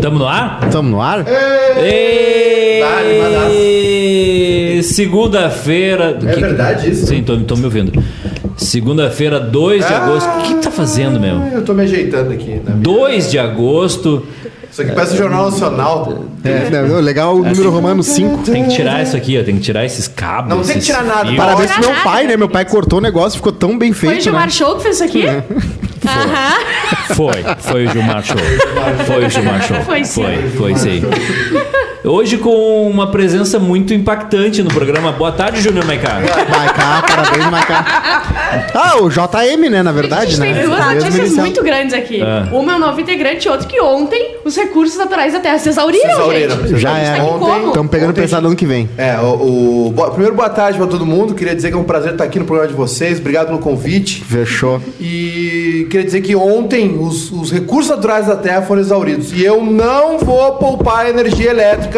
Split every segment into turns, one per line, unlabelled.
Tamo no ar?
Tamo no ar?
É. Ei!
Dá-lhe,
Segunda-feira. É
verdade isso?
Sim, tô, tô me ouvindo. Segunda-feira, 2 de
Ah!
agosto. O que tá fazendo, meu?
Eu tô me ajeitando aqui. Né?
2 de agosto.
Isso aqui parece o Jornal Nacional.
É, não, legal, o número romano 5.
assim. Tem que tirar isso aqui, ó. Tem que tirar esses cabos.
Não tem que
esses
tirar nada,
fios.
para-
Parabéns pro meu pai, né? Meu pai cortou o negócio, ficou tão bem
Foi o
feito,
Gilmar
né?
Show que fez isso aqui? Aham.
Foi, foi o Gilmar Show. Foi o Gilmar Show.
Foi sim.
Foi, foi sim. Hoje com uma presença muito impactante no programa. Boa tarde, Júnior Maicá.
Maicá, parabéns, Maicá. Ah, o JM, né, na
A
verdade,
gente
né?
tem duas
Mesmo
notícias
inicial.
muito grandes aqui.
Ah.
Uma é um novo integrante e outra que ontem os recursos naturais da Terra se exauriram,
Se exauriram.
gente.
Já
Isso
era.
aqui como?
Estamos pegando
Ontem-
pesado ano que vem.
É, o, o- bo- primeiro boa tarde pra todo mundo. Queria dizer que é um prazer estar aqui no programa de vocês. Obrigado pelo convite.
Fechou.
E queria dizer que ontem os, os recursos naturais da Terra foram exauridos. E eu não vou poupar energia elétrica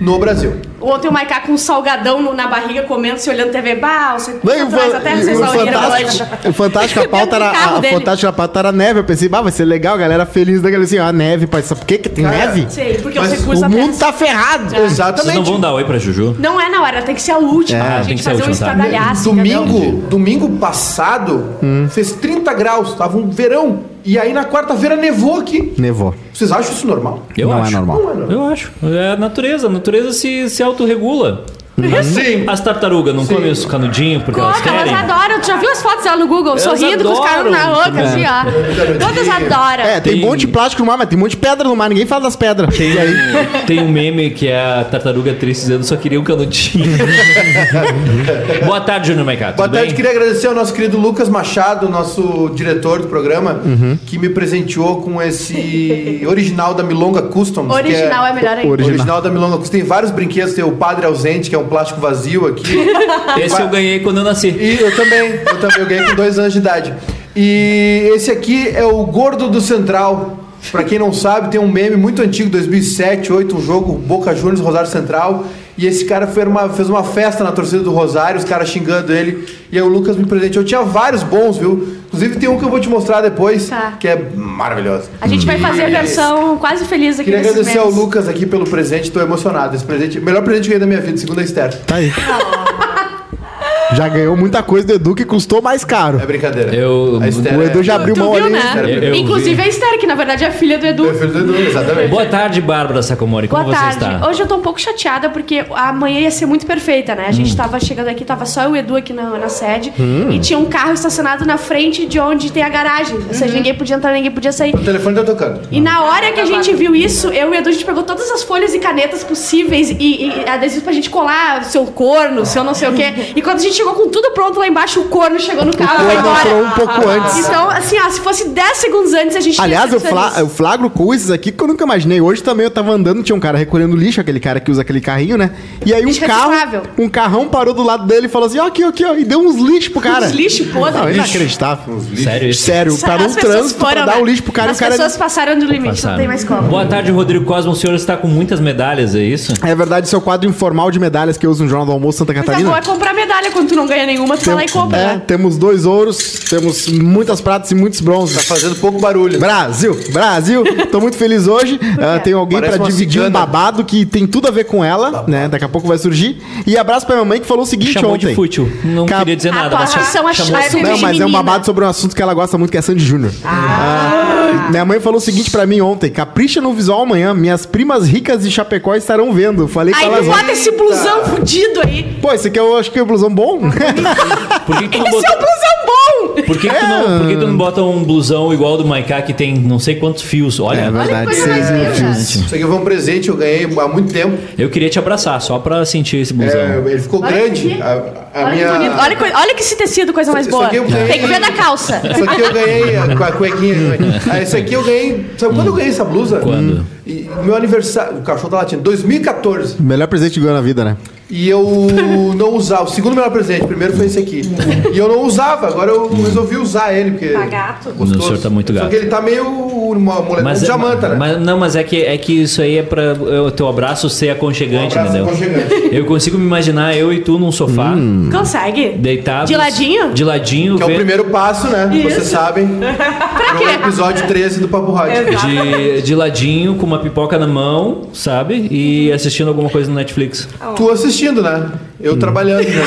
no Brasil.
Ontem o Maiká com um salgadão no- na barriga comendo, se olhando TV. Bah, os
Não,
recursos
e o
naturais
fan-
da Terra
e
se
o
exauriram hoje.
fantástico- O fantástico, a pauta era,
Dentro do carro
a, a
dele.
fantástica pauta era neve. Eu pensei, bah, vai ser legal, a galera feliz da galera assim, ó, a neve, pai. Sabe por que que tem
Cara,
neve?
Sei, é porque os
Mas
recursos
O
da Terra...
mundo tá ferrado.
Vocês
Exatamente.
não vão dar oi pra Juju?
Não é na hora, tem que ser a última.
É,
a
tem
gente
que ser a
fazer um
última, tá?
estardalhaço, entendeu?
Domingo, domingo passado,
Hum.
fez 30 graus, tava um verão. E aí na quarta-feira nevou aqui.
Nevou.
Vocês acham isso normal?
Eu
Não é
acho.
normal.
Não é normal.
Eu acho. É a natureza. A natureza se, se autorregula.
é assim,
Sim.
As tartarugas não comem os canudinhos porque elas
Come, elas
querem.
adoram. Tu já viu as fotos dela no Google? sorrindo com os caras na
adoram,
boca, assim, ó. Todas adoram.
É, tem,
Tem-
um monte de plástico no mar, mas tem um monte de pedra no mar, ninguém fala das pedras.
Tem, tem um meme que é a tartaruga triste dizendo só queria um canudinho. Boa tarde, Júnior Maicá.
Boa
Tudo
tarde,
bem?
queria agradecer ao nosso querido Lucas Machado, nosso diretor do programa, que me presenteou com esse original da Milonga Customs. que
Original é, melhor ainda.
Original.
Original. da Milonga Customs. Tem vários brinquedos, tem o Padre Ausente, que é um plástico vazio aqui.
Esse eu ganhei quando eu nasci.
E eu também, eu também, eu ganhei com dois anos de idade. E esse aqui é o Gordo do Central. Pra quem não sabe, tem um meme muito antigo, 2007, 2008, um jogo Boca Juniors, Rosário Central. E esse cara fez uma, fez uma festa na torcida do Rosário, os caras xingando ele. E aí o Lucas me presenteou. Eu tinha vários bons, viu? Inclusive tem um que eu vou te mostrar depois,
Tá.
que é maravilhoso.
A gente vai fazer a versão quase feliz aqui
Queria
desses
agradecer ao
memes.
Lucas aqui pelo presente, tô emocionado. Esse presente, melhor presente que eu ganhei da minha vida, segundo a Esther.
Tá aí. Já ganhou muita coisa do Edu que custou mais caro.
É brincadeira.
Eu-
a Esther
o
é-
Edu já
Tu-
abriu
tu
mão
viu,
ali.
né?
Eu-
eu
Inclusive a Esther, que na verdade é a filha do Edu.
Eu fui do Edu, exatamente.
Boa tarde, Bárbara Sacomori. Como
Boa
você
tarde.
está?
Hoje eu tô um pouco chateada porque amanhã ia ser muito perfeita, né? A
Hum.
gente tava chegando aqui, tava só eu e o Edu aqui na, na sede e tinha um carro estacionado na frente de onde tem a garagem. Ou
Uhum.
seja, ninguém podia entrar, ninguém podia sair.
O telefone tá tocando.
E na hora que a gente viu isso, eu e o Edu, a gente pegou todas as folhas e canetas possíveis e, e adesivos pra gente colar seu corno, seu não sei o quê. E quando a gente chegou com tudo pronto lá embaixo, o corno chegou no carro e foi
Ele entrou
embora.
um pouco antes.
Então, assim, ó, se fosse 10 segundos antes, a gente tinha
Aliás, eu,
sido
fla-
feliz.
eu flagro coisas aqui que eu nunca imaginei. Hoje também eu tava andando, tinha um cara recolhendo lixo, aquele cara que usa aquele carrinho, né? E aí um
Lixo
carro,
reciclável.
um carrão parou do lado dele e falou assim: ó, aqui, ó, aqui, ó, e deu uns lixos pro cara.
Uns lixo podre. né?
Não, é
Lixo.
inacreditável.
Sério isso?
Sério, parou um
As pessoas
trânsito pra
foram,
dar
né?
um lixo pro cara
As
e o cara.
pessoas passaram do limite, não tem mais como.
Boa tarde, Rodrigo Cosmo. O senhor está com muitas medalhas, é isso?
É verdade, seu quadro informal de medalhas que eu uso no Jornal do Almoço Santa
Coisa
Catarina.
boa é comprar medalha quando tu não ganha nenhuma, tu vai lá e compra,
É,
né?
temos dois ouros, temos muitas pratas e muitos
Tá
bronzes.
fazendo pouco barulho.
Brasil, Brasil, tô muito feliz hoje. Ah, tem alguém
Parece
pra
uma
dividir um
cigana.
babado que tem tudo a ver com ela, né? Daqui a pouco vai surgir. E abraço pra minha mãe que falou o seguinte
Chamou
ontem.
de fútil. Não
Cap-
queria dizer
A
nada, mas
tua
cha-
reação a
chamou
chave
assim.
é
Não, mas é um
menina.
babado sobre um assunto que ela gosta muito, que é Sandy Júnior. Ah, minha mãe falou o seguinte pra mim ontem: capricha no visual amanhã, minhas primas ricas de Chapecó estarão vendo. Falei
Aí
com
tu
elas.
bota esse
Tá.
blusão fudido aí.
Pô, esse aqui eu acho que é um blusão bom.
Por que, que tu não
Esse é um
botou...
blusão bom!
Por que, que tu
É.
não, por que tu não bota um blusão igual do Maiká que tem não sei quantos fios? Olha,
é verdade,
coisa
seis
mais
mil
linda.
views.
Isso aqui foi um presente, eu ganhei há muito tempo.
eu queria te abraçar só pra sentir esse blusão.
É, ele ficou
Olha
grande.
aqui.
A, a
Olha,
minha.
que bonito. Olha, coi- olha que esse tecido, coisa mais
Isso
boa.
aqui eu ganhei.
Tem que ver da calça.
Isso aqui eu ganhei a- com a cuequinha. Ah, isso aqui eu ganhei. Sabe quando eu ganhei essa blusa? Hum.
Quando?
E meu aniversário. O cachorro tá latindo. 2014.
Melhor presente que ganhou na vida, né?
E eu não usava. O segundo melhor presente, o primeiro foi esse aqui. E eu não usava, agora eu resolvi usar ele, porque.
Ah,
Tá gato.
Gostoso.
O senhor tá muito
Só
gato.
que ele tá meio. Uma moletom
Mas, é-
de jamanta, né?
mas- não, mas é que, é que isso aí é pra é, o teu abraço ser
Um
aconchegante,
abraço
entendeu?
aconchegante. Hum.
Eu consigo me imaginar eu e tu num sofá,
Consegue?
deitados.
De ladinho?
De ladinho,
Que é o
ve-
primeiro passo, né?
Isso.
Vocês sabem.
Pra
No
quê?
episódio 13 do Papo Rádio.
Exato.
de, de ladinho, com uma uma pipoca na mão, sabe? E
Uhum.
assistindo alguma coisa no Netflix.
Ah,
Tu assistindo, né?
Hum.
Eu trabalhando, né?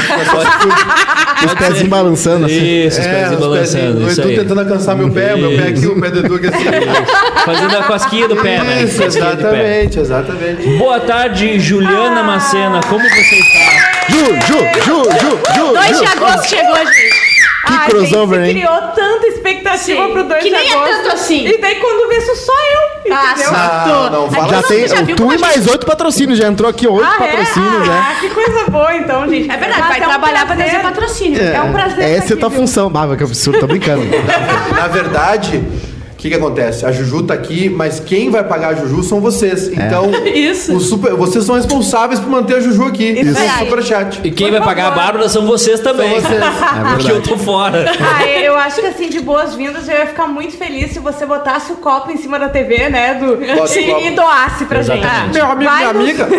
Os pezinhos balançando assim.
Isso, os pés
É, os pezinhos.
balançando.
O
Isso
Edu
aí.
tentando alcançar meu pé, meu pé aqui, o pé do Edu aqui assim.
Fazendo a cosquinha do pé, né?
Isso,
Cosquinha de pé.
exatamente, exatamente.
Boa tarde,
Ah.
Juliana Macena. Como você está?
Ju, Ju, Ju, Ju,
2
Ju,
de
Ju.
agosto chegou, gente.
Que crossover,
gente,
hein?
se criou tanta expectativa
Sim,
pro 2
que
de
nem é
agosto.
tanto assim.
E daí quando vê, sou só eu,
Ah,
entendeu?
sim.
Ah, não fala
Já
Não,
tem
você já viu
tu
como
e
a
mais oito patrocínios. Já entrou aqui oito
Ah, é?
patrocínios, né?
Ah, que coisa boa, então, gente.
É verdade,
Mas
vai
é um
trabalhar pra
prazer.
trazer patrocínio. É, um prazer.
É
estar
Essa é a
aqui,
tua
viu?
função. Bava, que absurdo, tô brincando.
Na verdade, o que, que acontece? A Juju tá aqui, mas quem vai pagar a Juju são
É.
vocês. Então,
Isso.
o super- vocês são responsáveis por manter a Juju aqui. é Isso.
Verdade.
Super chat.
E quem vai pagar a Bárbara são vocês também. Porque eu tô fora.
Ah, eu acho que assim, de boas-vindas, eu ia ficar muito feliz se você botasse o copo em cima da TV, né? Do...
Bota o copo.
E, e doasse pra
Exatamente.
gente.
Meu amigo, minha
Vai nos-
amiga.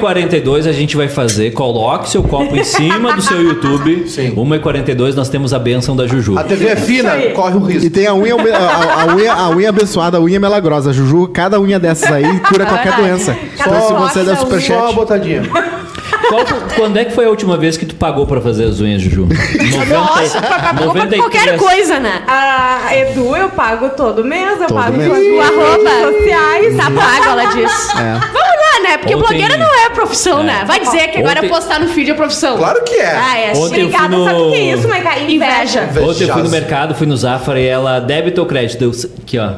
1h42 a gente vai fazer. Coloque seu copo em cima do seu YouTube.
Sim.
1h42 nós temos a benção da Juju.
A TV é fina,
aí.
corre o risco.
E tem a unha, a, a- a unha, a unha abençoada, a unha milagrosa. Juju, cada unha dessas aí
É
cura qualquer doença. Então, se você der
Só
um
nossa
uma
superchat.
botadinha.
Qual- quando é que foi a última vez que tu pagou pra fazer as unhas, Juju? 90,
Nossa, pagou pra qualquer coisa, né?
A Ah, Edu eu pago todo mês, eu
Todo
pago
mês.
suas
O
redes
arroba.
sociais.
Tá pago, ela diz. Vamos lá, né? Porque
Ontem-
blogueira não é profissão, né? Vai dizer que agora
Ontem-
postar no feed é profissão.
Claro que é.
Ah,
Ontem-
é. sim.
eu fui
Obrigada,
no-
sabe o que é isso, Maica?
Inveja.
Inveja.
Ontem eu fui no
Fechaço.
mercado, fui no Zafra e ela débito ou crédito? Eu, aqui, ó.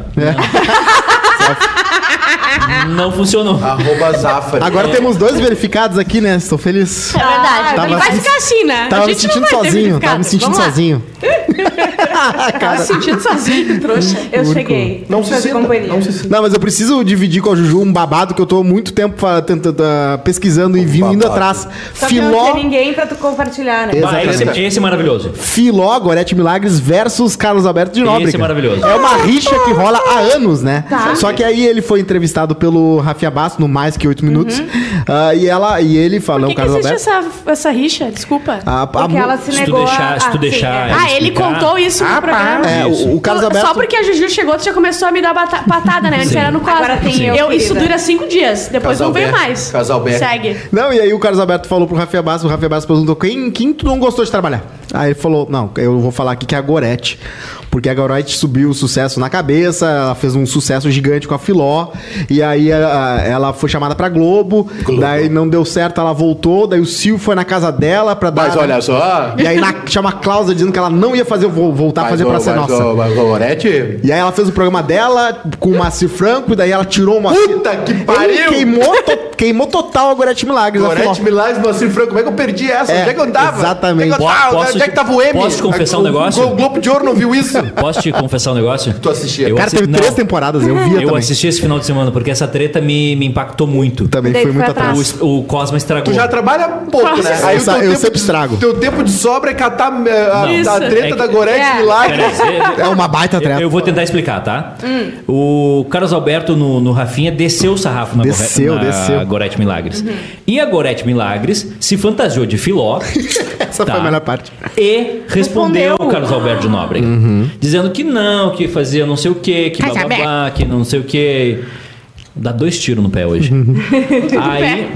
Não funcionou.
Arroba Zafari.
Agora temos dois verificados aqui, né? Estou feliz.
Tá,
É verdade.
Tava
e vai
me-
ficar assim, né?
Tava
A
me
gente
sentindo
não vai ter
sozinho,
verificado.
tava me sentindo
Vamos lá.
sozinho.
Tava me sentindo sozinho, trouxa.
Eu cheguei.
Não se
Faz
sinta,
companhia.
não se sinta.
Não, mas eu preciso dividir com a Juju um babado que eu tô há muito tempo fa- tentando, ah, pesquisando
Um
e vindo indo
babado.
atrás.
Só Tá que não
Filó,
tinha ninguém pra tu compartilhar, né?
Ah, esse, esse é maravilhoso.
Filó, Gorete Milagres versus Carlos Alberto de Nóbrega.
Esse é maravilhoso.
É uma rixa que rola há anos, né?
Tá.
Só que aí ele foi entrevistado pelo Rafinha Basso no Mais Que Oito Minutos. ah, e, ela, e ele falou,
Uhum. Por
o
que, que
Carlos
existe Ah,
Alberto...
essa, essa rixa? Desculpa.
a- a
Porque
mu-
ela se
Se tu
negou
deixar,
a...
se tu
ah,
deixar. é.
sim,
ela
Ah, ele
explicar-
contou isso no programa.
É, o, o Carlos
Ah, Só-
Alberto...
Só porque a Juju chegou, tu já começou a me dar bata- patada, né? Antes
Sim.
era no quadro.
Agora tem eu,
Isso
querida.
dura cinco dias. Depois
Casal
não veio
Beck,
mais.
casal Beck.
Segue.
Não, e aí o Carlos Alberto falou pro Rafinha Basso, o Rafinha Basso perguntou quem, quem tu não gostou de trabalhar? Aí ele falou, não, eu vou falar aqui que é a Gorete, porque a Gorete subiu o sucesso na cabeça, ela fez um sucesso gigante com a Filó, e aí a- a- ela foi chamada pra Globo, daí não deu certo, ela voltou, daí o Silvio foi na casa dela pra dar...
Mas olha só.
E aí na, chama a Cláudia dizendo que ela não ia fazer, vo- voltar a fazer pra ser
mas,
nossa.
ô, mas, ô, Gorete,
E aí ela fez o programa dela com o Maci Franco, e daí ela tirou uma...
Puta que pariu!
Queimou, to- queimou total a Gorete Milagres. a Filó.
Gorete Milagres, Moacir Franco, como é que eu perdi essa?
É,
Onde é que eu tava?
exatamente.
Onde é que, eu tava?
Posso
Onde é
te-
que tava o M?
posso te confessar um
O-
negócio?
O Globo de Ouro não viu isso?
Posso te confessar um negócio?
Tu assistia?
Eu
Cara,
assi-
teve
não.
três temporadas, eu via
Eu
também. Tá.
assisti esse final de semana, porque essa treta me, me impactou muito.
Também
Daí
foi
foi
muito
atrás.
atrás.
O, es- o Cosma estragou.
Tu
tá-
já trabalha pouco, né?
Eu sa- eu sempre estrago.
Teu tempo de sobra é catar eh, a,
Isso.
a treta
É que-
da Gorete
é.
Milagres.
Peraí,
É uma baita
Eu,
treta.
eu vou tentar explicar, tá? O Carlos Alberto no, no Rafinha desceu o sarrafo na,
Desceu,
Gorre- na
desceu.
Gorete Milagres. E a Gorete Milagres se fantasiou de filó
Essa
Tá.
foi a melhor parte.
e respondeu
Respondeu.
o Carlos Alberto de Nóbrega. Dizendo que não, que fazia não sei o quê, que bababá, que não sei o quê. Dá dois tiros no pé hoje. aí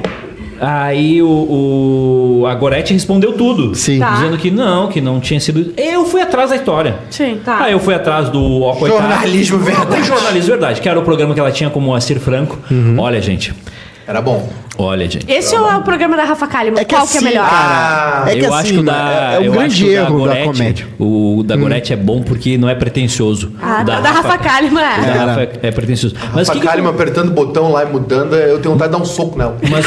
aí o, o- a Gorete respondeu tudo.
Sim.
Tá.
Dizendo que não, que não tinha sido. Eu fui atrás da história.
Sim. Ah,
Tá.
Aí eu fui atrás do Ó Coitado.
Jornalismo
O
verdade.
Jornalismo Verdade, que era o programa que ela tinha como Moacir Franco. Olha, gente.
Era bom.
Olha, gente.
Esse é o programa da Rafa Kalimann. Qual que é melhor?
assim, cara,
Ah,
é que
eu
assim,
acho que o da,
é- é um
eu acho
grande
que o
erro da,
Gorete-
comédia. Hum.
O da Gorete é bom porque não é pretencioso.
Ah,
O
da, da Rafa Kalimann.
o da
é.
Rafa é, é pretencioso. Mas o que, que
Facalima apertando o botão lá e mudando, eu tenho vontade de dar um soco nela.
Mas-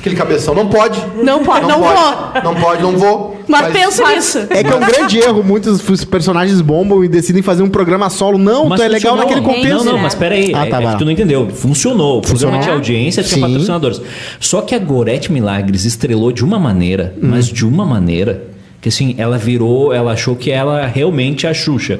Aquele cabeção. Não pode.
Não pode, não vou.
Não pode, não vou.
Mas, pensa nisso.
É que é um grande erro. Muitos f- personagens bombam e decidem fazer um programa solo. Não,
Mas
tu é legal
funcionou.
naquele contexto.
Não, não, mas peraí.
Ah,
é-
tá,
é,
vai
que
lá.
tu não entendeu. Funcionou. O programa
Funcionou.
tinha audiência, tinha
Sim.
patrocinadores. Só que a Gorete Milagres estrelou de uma maneira,
Hum.
mas de uma maneira, que assim, ela virou, ela achou que ela realmente é a Xuxa.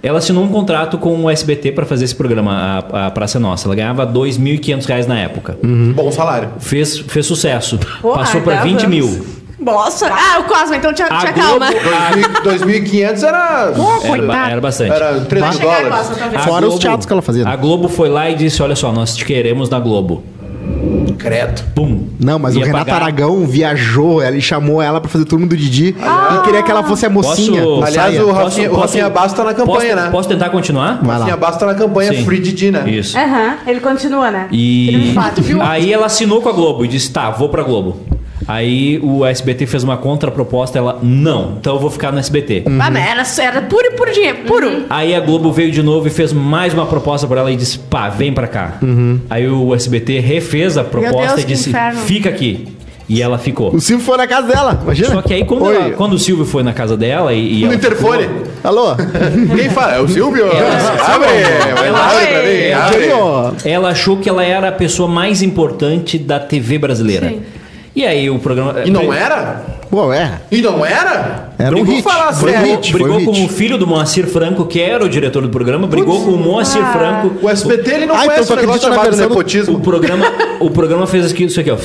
Ela assinou um contrato com o SBT pra fazer esse programa, a, a Praça é Nossa. Ela ganhava R$ 2.500 na época.
Uhum. Bom salário.
Fez, fez sucesso.
Porra,
Passou pra
dez
20
anos.
mil.
Nossa. Ah, o Cosma, então te, te
A
acalma.
Globo-
Dois- 2.500 era. É.
Era, ba-
coitado.
era bastante.
Era 300
Vai chegar,
dólares.
Cosma, talvez.
A
Fora os teatros que ela fazia, né?
A Globo foi lá e disse: Olha só, nós te queremos na Globo.
Credo.
Pum.
Não, mas o
Ia
Renato
pagar.
Aragão viajou ela e chamou ela pra fazer turma do Didi
Ah!
e queria que ela fosse a mocinha.
Posso-
com
Aliás,
saia.
o Rafinha- o Rafinha Bastos tá na campanha,
posso,
né?
Posso tentar continuar?
Vai lá.
Tinha basta na campanha
Sim.
Free Didi, né?
Isso.
Aham, ele continua, né?
E
É, um fato, viu?
aí ela assinou com a Globo e disse: tá, vou pra Globo. Aí o SBT fez uma contraproposta, ela, não, então eu vou ficar no SBT.
Ah, mas era, era puro e puro dinheiro. Puro.
Aí a Globo veio de novo e fez mais uma proposta pra ela e disse: pá, vem pra cá.
Uhum.
Aí o SBT refez a proposta
Deus,
e
que
disse:
inferno.
fica aqui. E ela ficou.
O Silvio foi na casa dela, imagina.
Só que aí quando,
Oi.
ela- quando o Silvio foi na casa dela e. e
No
ela
interfone.
Alô?
Quem fala? É o Silvio? Abre! Abre pra mim, abre.
Chegou.
Ela achou que ela era a pessoa mais importante da TV brasileira. E aí o programa.
E não era?
Bom, é.
E não era?
Era um
Brigou
hit.
falar
Foi um
sério.
hit.
brigou
foi
com o filho do Moacir Franco, que era o diretor do programa, brigou com o Moacir
ah.
Franco.
O SBT ele não
Ah, então
conhece
tu
o negócio
acredita na
chamado
versão do-
O
nepotismo.
programa, o programa fez aqui- isso aqui, ó.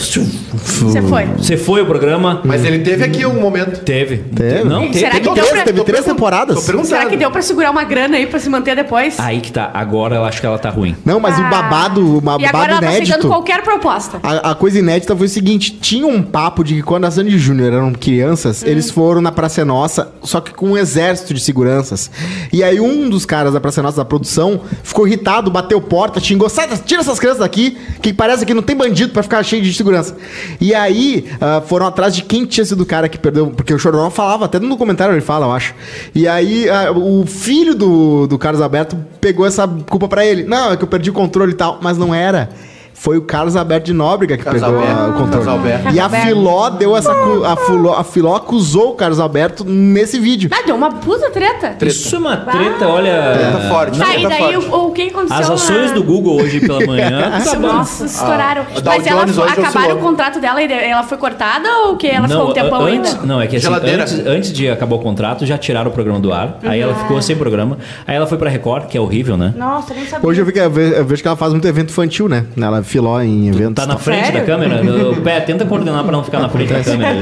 Você foi.
Você foi o programa?
Mas ele teve aqui um momento.
Teve.
Teve.
Não,
E
teve.
será
teve
que
um-
deu
Três,
pra-
teve três temporadas.
Tô perguntando.
Será que deu pra segurar uma grana aí pra se manter depois?
Aí que tá. Agora eu acho que ela tá ruim.
Não, mas o um babado, o babado
Ah. e agora ela tá aceitando
inédito.
qualquer proposta.
A, a coisa inédita foi o seguinte: tinha um papo de que quando a Sandy e Júnior eram crianças, eles foram na Praça é Nossa, só que com um exército de seguranças. E aí um dos caras da Praça é Nossa da produção ficou irritado, bateu porta, xingou, sai, das- tira essas crianças daqui, que parece que não tem bandido pra ficar cheio de segurança. E aí ah, foram atrás de quem tinha sido o cara que perdeu, porque o Chororó falava, até no comentário ele fala, eu acho. E aí ah, o filho do, do Carlos Alberto pegou essa culpa pra ele. Não, é que eu perdi o controle e tal, mas não era. Foi o Carlos Alberto de Nóbrega que
Carlos
pegou a-
Alberto,
o controle.
Carlos Alberto.
E a Filó deu essa. cu- A Filó, a Filó acusou o Carlos Alberto nesse vídeo.
Ah, deu uma puta treta.
Isso é uma treta, olha.
Treta forte.
é
Tá, e
Treta
daí
forte.
o, o que aconteceu?
As ações
na-
do Google hoje pela manhã.
É.
tá bom.
Nossa, estouraram.
Ah,
a Dow
Mas ela
Jones hoje
acabaram
oscilou.
o contrato dela e ela foi cortada ou que ela ficou um tempão
a- antes,
ainda?
Não, é que assim,
Geladeira.
antes, antes de acabar o contrato, já tiraram o programa do ar. Aí
Uhum.
ela ficou sem programa. Aí ela foi pra Record, que é horrível, né?
Nossa, eu nem sabia.
Hoje eu, vi que- eu ve- eu vejo que ela faz muito evento infantil, né? Ela é Filó em eventos.
Tá
e
na
tal.
frente da
Sério?
câmera? O pé, tenta coordenar pra não ficar na frente da câmera.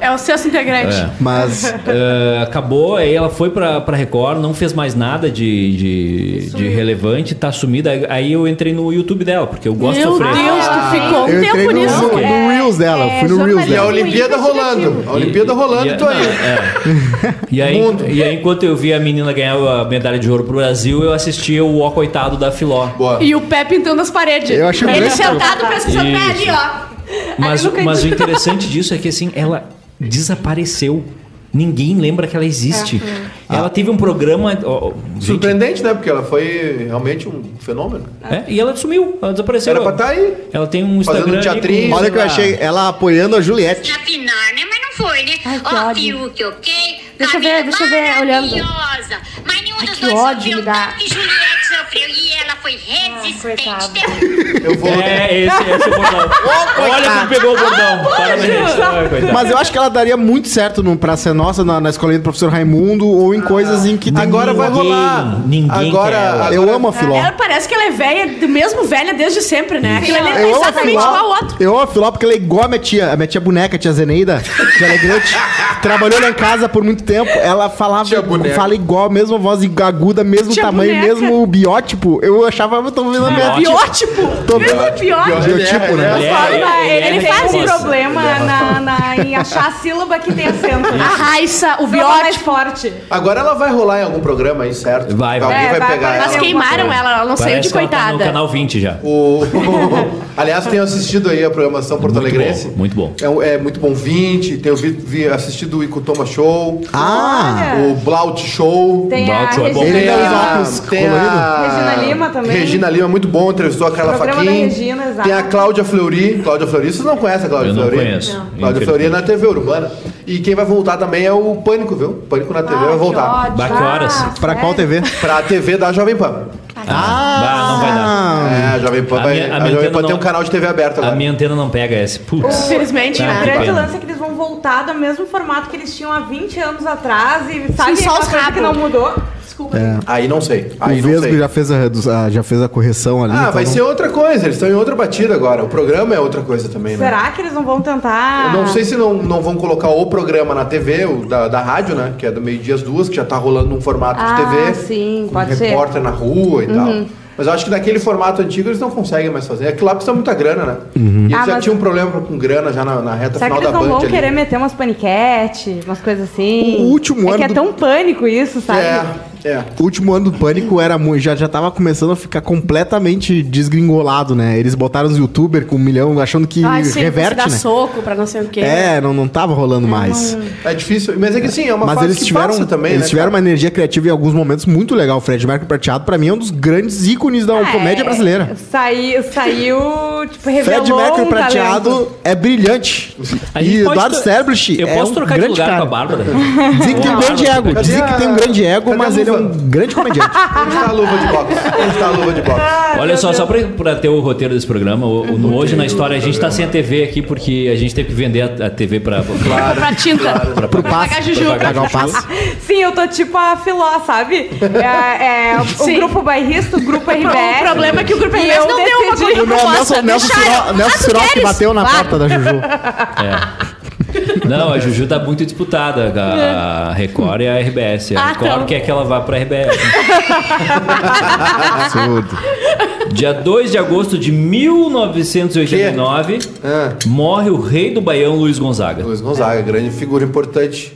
É o sexto integrante.
É.
Mas.
É, acabou, aí ela foi pra, pra Record, não fez mais nada de, de, de relevante, tá sumida. Aí- Aí eu entrei no YouTube dela, porque eu gosto de
Meu
sofrer.
Deus, tu ficou um
Ah, Eu entrei
tempo
no,
nisso.
no,
cara.
no Reels dela,
É,
fui no Reels
jornalista.
E a
dela.
Olimpíada
investigativo.
rolando. A Olimpíada rolando e tô
não,
aí.
é. E aí,
Mundo.
e aí, enquanto eu via a menina ganhar a medalha de ouro pro Brasil, eu assistia o Ó Coitado da Filó.
Boa.
E o pé pintando as paredes.
Eu acho
Ele
muito-
sentado pesquisando pé ali,
Isso.
ó.
Mas,
Ali no
o- mas o
cantinho.
interessante disso é que assim, ela desapareceu. Ninguém lembra que ela existe.
Ah.
Ela teve um programa. ó, ó, gente,
Surpreendente, né? Porque ela foi realmente um fenômeno.
é, e ela sumiu, ela desapareceu.
Era pra estar aí.
Ela tem um
Fazendo
Instagram. ali
teatrinho.
com-
Olha o que eu achei, ela apoiando a Juliette.
Ia pinar, né? Mas não foi, né?
Ai, que
Ó,
ódio.
Fiuk, ok?
Deixa eu ver,
Camila
deixa eu ver, olhando.
maravilhosa. Mas nenhum
Ai,
dos
que
dois
ódio Ah,
sofreu
me dá.
tanto que Juliette sofreu e ela foi resistente.
coitada.
Deu-
Eu vou.
É, esse, esse é o bordão. Olha como pegou o bordão. Parabéns. Ai, coitado.
Mas eu acho que ela daria muito certo no Praça é Nossa, na, na escolinha do professor Raimundo, ou
Ah.
em coisas em que tem-
Agora vai
Ninguém-
rolar.
ninguém
agora,
quer ela.
agora- é
Eu amo a Filó.
Ela parece que ela é velha, do mesmo velha desde sempre, né? Aquilo ali é
Eu amo a
exatamente
Filó.
igual ao outro.
Eu amo a Filó porque ela é igual a minha tia. A minha tia boneca, a tia Zeneida, de Alegrete. trabalhou lá em casa por muito tempo. Ela falava,
Tia boneca.
fala igual, mesma voz aguda, mesmo
Tia
tamanho,
boneca.
mesmo biótipo. Eu achava, eu tô vendo a minha tia.
Biótipo.
Tô-
Mesmo biótipo.
Biotipo, né?
Ele é-
Fala,
ele é-
ele,
ele é
faz
força.
um problema na, na- em achar a sílaba que tem acento. né?
A raiça, o
Sílaba mais
biótipo.
forte.
agora ela vai rolar em algum programa aí, certo?
Vai, vai.
Alguém
É,
vai,
vai
pegar
aparecer
Mas
ela.
queimaram ela, ela não saiu
Parece
de
que ela tá no
coitada.
canal 20 já.
O... Aliás, tenho assistido aí a programação Porto
Muito
Alegrense.
bom, muito bom.
É um- É, muito bom 20. Tenho vi, vi- assistido o Icutoma Show.
Ah!
Olha.
O Blaut Show.
Tem a
Balti, é bom.
Regina,
Ele
a-
usa óculos
tem a-
Regina Lima também.
Regina Lima, é muito bom, entrevistou a Carla
Programa
Faquin.
da Regina, exato.
Tem a Cláudia Fleury. Cláudia Fleury, vocês não conhecem a Cláudia
Eu não
Fleury?
conheço. Não.
Cláudia Fleury é na TV Urbana. E quem vai voltar também é o Pânico, viu? Pânico na
Ah,
TV vai voltar.
Bah, que horas?
Pra qual TV?
Pra TV da Jovem Pan.
Bah, não Ah, vai dar.
É, a Jovem Pan,
A
vai,
minha- a minha
a Jovem
antena
Pan tem um
não-
canal de TV aberto
A
agora.
minha antena não pega esse. Putz.
Infelizmente,
Tá,
O
que
né?
grande
pena.
lance é que eles vão voltar do mesmo formato que eles tinham há 20 anos atrás e sabe
só os
aquela coisa
rabos.
que não mudou.
Desculpa. É.
Aí não sei. Aí
o
não
Vesgo
sei.
já fez, a, a- já fez a correção ali.
Ah,
tá
então
vai
não-
ser outra coisa. Eles estão em outra batida agora. O programa é outra coisa também, né?
Será que eles não vão tentar?
Eu não sei se não, não vão colocar o programa na TV, o da, da rádio, né? Que é do meio-dia às duas, que já tá rolando um formato
Ah,
de TV.
sim,
com
pode ser. Uhum.
repórter na rua e tal. Mas eu acho que naquele formato antigo eles não conseguem mais fazer. Aquilo lá precisa muita grana, né?
Uhum.
E eles
Ah,
já
mas-
tinham um problema com grana já na, na reta
Será que
é final da
eles não
Band
vão
ali.
querer meter umas paniquete, umas coisas assim?
O último
é
ano
que é
do-
tão pânico isso, sabe?
É, é.
O último ano do Pânico era mu- já, já tava começando a ficar completamente desgringolado, né? Eles botaram os youtubers com um milhão, achando que
Ah, sim,
reverte,
pra se dar
né?
soco, pra não sei o quê.
É, não, não tava rolando mais.
É difícil. Mas é que sim, é uma
Mas
fase
eles
que
tiveram,
passa também,
eles
né,
tiveram
cara?
uma energia criativa em alguns momentos muito legal. O Fred Mercury Prateado, pra mim, é um dos grandes ícones da
Ah,
comédia
é.
brasileira.
Saí, saiu, tipo, revelou
Fred Mercury
um
Prateado
talento.
é brilhante.
A
E
gente pode
Eduardo
tro-
Sterblich
Eu
é
posso
um
trocar de
grande
lugar
cara.
com a Bárbara?
Dizem que tem um grande ego.
Cadê
Dizem que
a-
tem um grande ego,
cadê a
mas ele é
luva?
um grande comediante.
Onde tá a luva de boxe? Onde tá a luva de boxe?
Ah,
Olha só, só pra, pra ter o roteiro desse programa, o- o- no Hoje na História a gente tá sem a TV aqui porque a gente teve que vender a, a TV pra.
Pra comprar tinta.
Pro passe.
pagar Juju.
Pra pagar o passe.
Sim, eu tô tipo a Filó, sabe? É, é, o
Sim.
grupo bairrista, o grupo
O
RBS.
problema é que o grupo
E
inglês
eu
não deu uma
decidi-
corrida
O Nelson,
proposta.
Nelson,
deixaram.
Siro- Nelson
Ah, tu
Siroc
queres?
bateu na
Vai.
porta da Juju.
Não, a Juju tá muito disputada. A, a Record e a RBS. A
É. Ah,
Record
então.
quer que ela vá pra RBS.
Absurdo.
Dia 2 de agosto de 1989,
Ah,
morre o rei do Baião, Luiz Gonzaga.
Luiz Gonzaga, grande figura importante.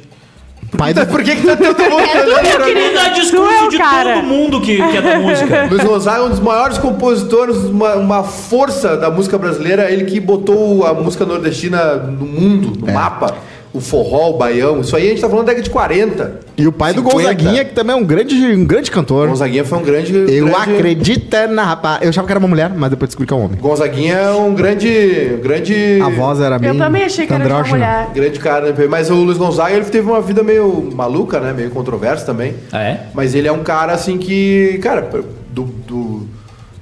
Pai do...
Por que, que tá todo mundo olhando pra mim?
Ele dá
Tu é
discurso
o
de
cara.
todo mundo que, que é da música.
Luiz Gonzaga é um dos maiores compositores, uma, uma força da música brasileira. Ele que botou a música nordestina no mundo,
É.
no mapa. O forró, o baião. Isso aí a gente tá falando da década de 40.
E o pai do
50.
Gonzaguinha, que também é um grande, um grande cantor.
Gonzaguinha foi um grande...
Eu
grande...
acredito é na rapaz. Eu achava que era uma mulher, mas depois descobri que é um homem.
Gonzaguinha é um grande... grande...
A voz era bem
Eu também achei que era de uma
andrógena.
mulher.
Grande cara, né? Mas o Luiz Gonzaga, ele teve uma vida meio maluca, né? Meio controversa também.
Ah, é?
Mas ele é um cara, assim, que... Cara, do... do...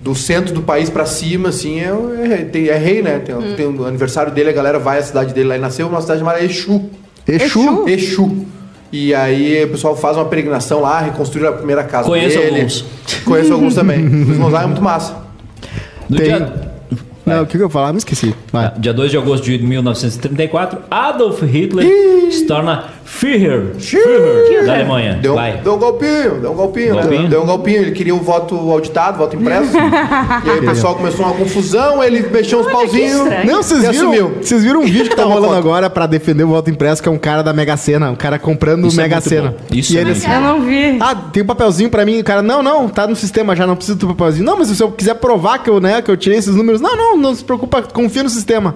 do centro do país pra cima, assim, é, é, tem- é rei, né? Tem,
Hum.
tem o aniversário dele, a galera vai à cidade dele lá. Ele nasceu numa cidade chamada Exu.
Exu?
Exu. E aí o pessoal faz uma peregrinação lá, reconstruir a primeira casa
Conheço
dele.
alguns.
Conheço alguns também. Luiz Gonzaga é muito massa.
No
Tem.
dia, ah,
Não, o que, que
É.
eu ia falar? Me esqueci. Vai.
dia 2 de agosto de 1934, Adolf Hitler se torna Führer, Führer da Alemanha.
Deu,
É, Vai.
deu um golpinho, deu um golpinho,
Golpinho?
Né? Deu um golpinho, ele queria o voto auditado, voto impresso. e aí o pessoal começou uma confusão, ele mexeu uns pauzinhos.
É.
estranho.
Não, vocês
E
viram,
assumiu.
vocês viram um vídeo que tá
Toma
rolando
foto.
agora pra defender o voto impresso, que é um cara da Mega Sena, um cara comprando o
Isso é
Mega
muito
Sena.
bom. Isso
e
é
ele
muito
Eu não vi.
Ah, tem um papelzinho pra mim, o cara. Não, não, tá no sistema já, não preciso do papelzinho. Não, mas se eu quiser provar que eu, né, que eu tirei esses números. Não, não, não se preocupa, confia no sistema.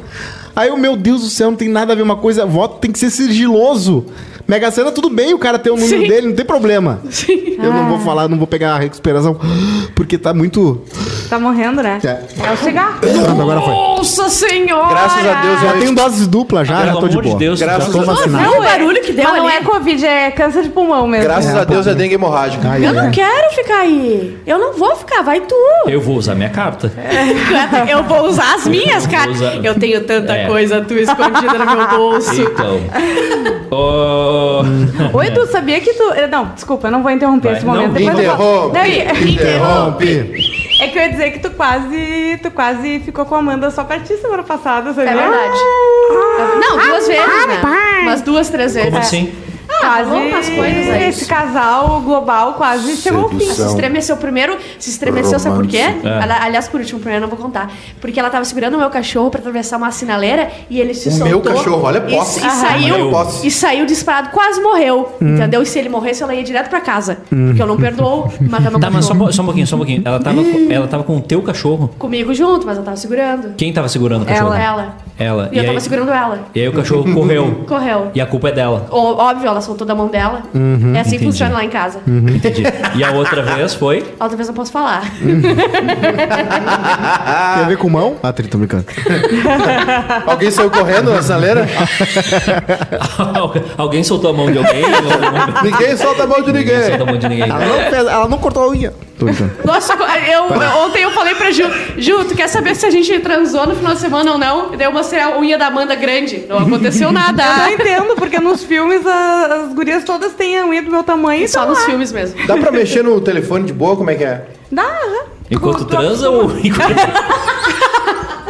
Aí eu, meu Deus do céu, não tem nada a ver uma coisa, voto tem que ser sigiloso. Mega Sena, tudo bem o cara ter o número
Sim.
dele, não tem problema.
Sim.
Eu não vou falar, não vou pegar a recuperação, porque tá muito.
Tá morrendo, né?
É.
É o cigarro.
Pronto, agora foi.
Nossa senhora!
Graças a Deus,
Já
eu
tenho doses dupla já, já
Pelo
tô de
amor
boa.
de Deus,
Graças
já
Tô
tô-
vacinado.
Não, é. o barulho que deu
Mas não
ali.
é Covid, é câncer de pulmão mesmo.
Graças a Deus é dengue hemorrágica.
Ai,
Eu
ai,
não
ai.
quero ficar aí. Eu não vou ficar, vai tu.
Eu vou usar minha carta.
Eu vou usar as minhas,
Eu
cara.
vou usar.
Eu tenho tanta
É.
coisa tua escondida no meu bolso.
Então. Ô,
Hum.
Oi, Edu, sabia que tu. eh, Não, desculpa, eu não vou interromper
Vai,
esse momento.
não,
Depois eu falo.
interrompe,
Daí-
Interrompe.
É que eu ia dizer que tu quase. Tu quase ficou com a Amanda só pra ti semana passada,
É
sabia?
verdade. Não, duas vezes, né? Umas duas, três vezes.
como assim?
Ah, Quase.
falou umas Tá coisas aí.
Esse casal global quase chegou ao fim.
Se estremeceu primeiro, se estremeceu, sabe por quê?
É.
Ali- Aliás, por último, primeiro eu não vou contar. Porque ela tava segurando o meu cachorro pra atravessar uma sinaleira e ele se
O
soltou.
meu cachorro, olha a
e, e
posse. Aham. Hum. Olha
saiu
a posse.
E saiu disparado, quase morreu. Entendeu? E se ele morresse, ela ia direto pra casa. Porque eu não perdoo
Hum.
matar meu
Tá, mas só, um
cachorro.
po- só um pouquinho, só um pouquinho. Ela tava, com- ela tava com o teu cachorro.
Comigo junto, mas ela tava segurando.
Quem tava segurando o cachorro?
Ela.
Ela.
E eu tava
aí,
segurando ela.
e aí o cachorro correu.
Correu.
E a culpa é dela.
Ó- Óbvio, ela soltou da mão dela.
Uhum.
é assim que
entendi.
funciona lá em casa.
Entendi. E a outra vez foi.
A Outra vez eu posso falar.
Tem a ver com mão? Ah, tô brincando.
Alguém saiu correndo na saleira?
Alguém soltou a mão de alguém? Não,
ninguém solta a mão de
Ninguém
ninguém.
soltou a mão de ninguém.
Ela não, fez- ela não cortou a unha. Tô brincando.
Nossa, eu, eu- ontem eu falei pra Ju, Ju, tu quer saber se a gente transou no final de semana ou não? E daí umas ser a unha da Amanda grande. Não aconteceu nada.
Eu não entendo, porque nos filmes a- as gurias todas têm a unha do meu tamanho.
Só
tá
então,
nos
ah,
filmes mesmo.
Dá pra mexer no telefone de boa? Como é que é?
Dá, aham.
Enquanto
Com-
transa ou enquanto...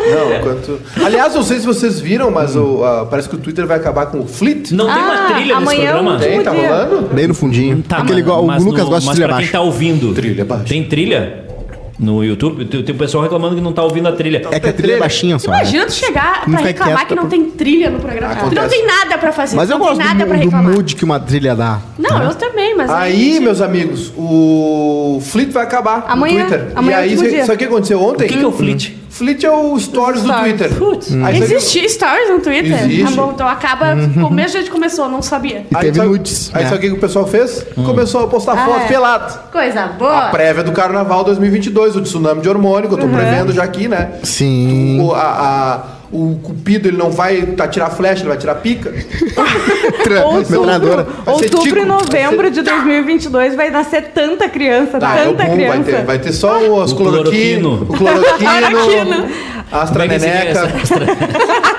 Não, enquanto. Aliás, não sei se vocês viram, mas o, ah, parece que o Twitter vai acabar com o Fleet.
Não tem uma
Ah,
trilha nesse
amanhã
programa?
eu-
Tem, tá
Podia.
rolando?
Bem no fundinho.
Tá,
Aquele
mano,
igual, o
mas
Lucas
no-
gosta de
mas
trilha
pra quem
baixa.
tá ouvindo...
Trilha baixa.
Tem trilha? No YouTube? Tem tem o pessoal reclamando que não tá ouvindo a trilha.
É que a trilha é baixinha só. né?
Imagina tu chegar
Não
pra
fica
reclamar
quieto,
que não
tá-
tem trilha no programa. Tu não
Acontece.
tem nada pra fazer.
Mas
tu
eu
não
gosto
tem nada
do,
pra
do
reclamar.
mood que uma trilha dá.
Não, eu também, mas. tipo,
Aí, meus amigos, o Fleet vai acabar
Amanhã-
no Twitter.
amanhã é o
e aí,
último dia.
sabe o que aconteceu ontem?
O que, que é o Fleet?
Hum.
Fleet é o Stories do
Stories.
Twitter.
Putz,
Aí sabe-
existe stories no Twitter?
Existe.
Tá bom, então acaba.
Uhum.
Como mesmo a gente começou, não sabia.
E
Aí
teve
sabe-
nudes.
Aí
né?
sabe o que que o pessoal fez? Começou a postar foto
é.
pelado.
Coisa
A
Ah.
boa.
prévia do Carnaval 2022, o tsunami de hormônio, que eu tô
Uhum.
prevendo já aqui, né?
Sim.
O, a- a- o cupido, ele não vai tá, tirar flecha, ele vai tirar pica.
Tra- Metralhadora.
Outubro,
Vai ser tico,
outubro
vai
e novembro de 2022 vai nascer tanta criança,
Tá,
tanta
vai
criança.
ter, vai ter só o, as
O
cloroquino,
cloroquino.
o cloroquino,
Cloroquino.
a
Como é que se diz
astraneneca,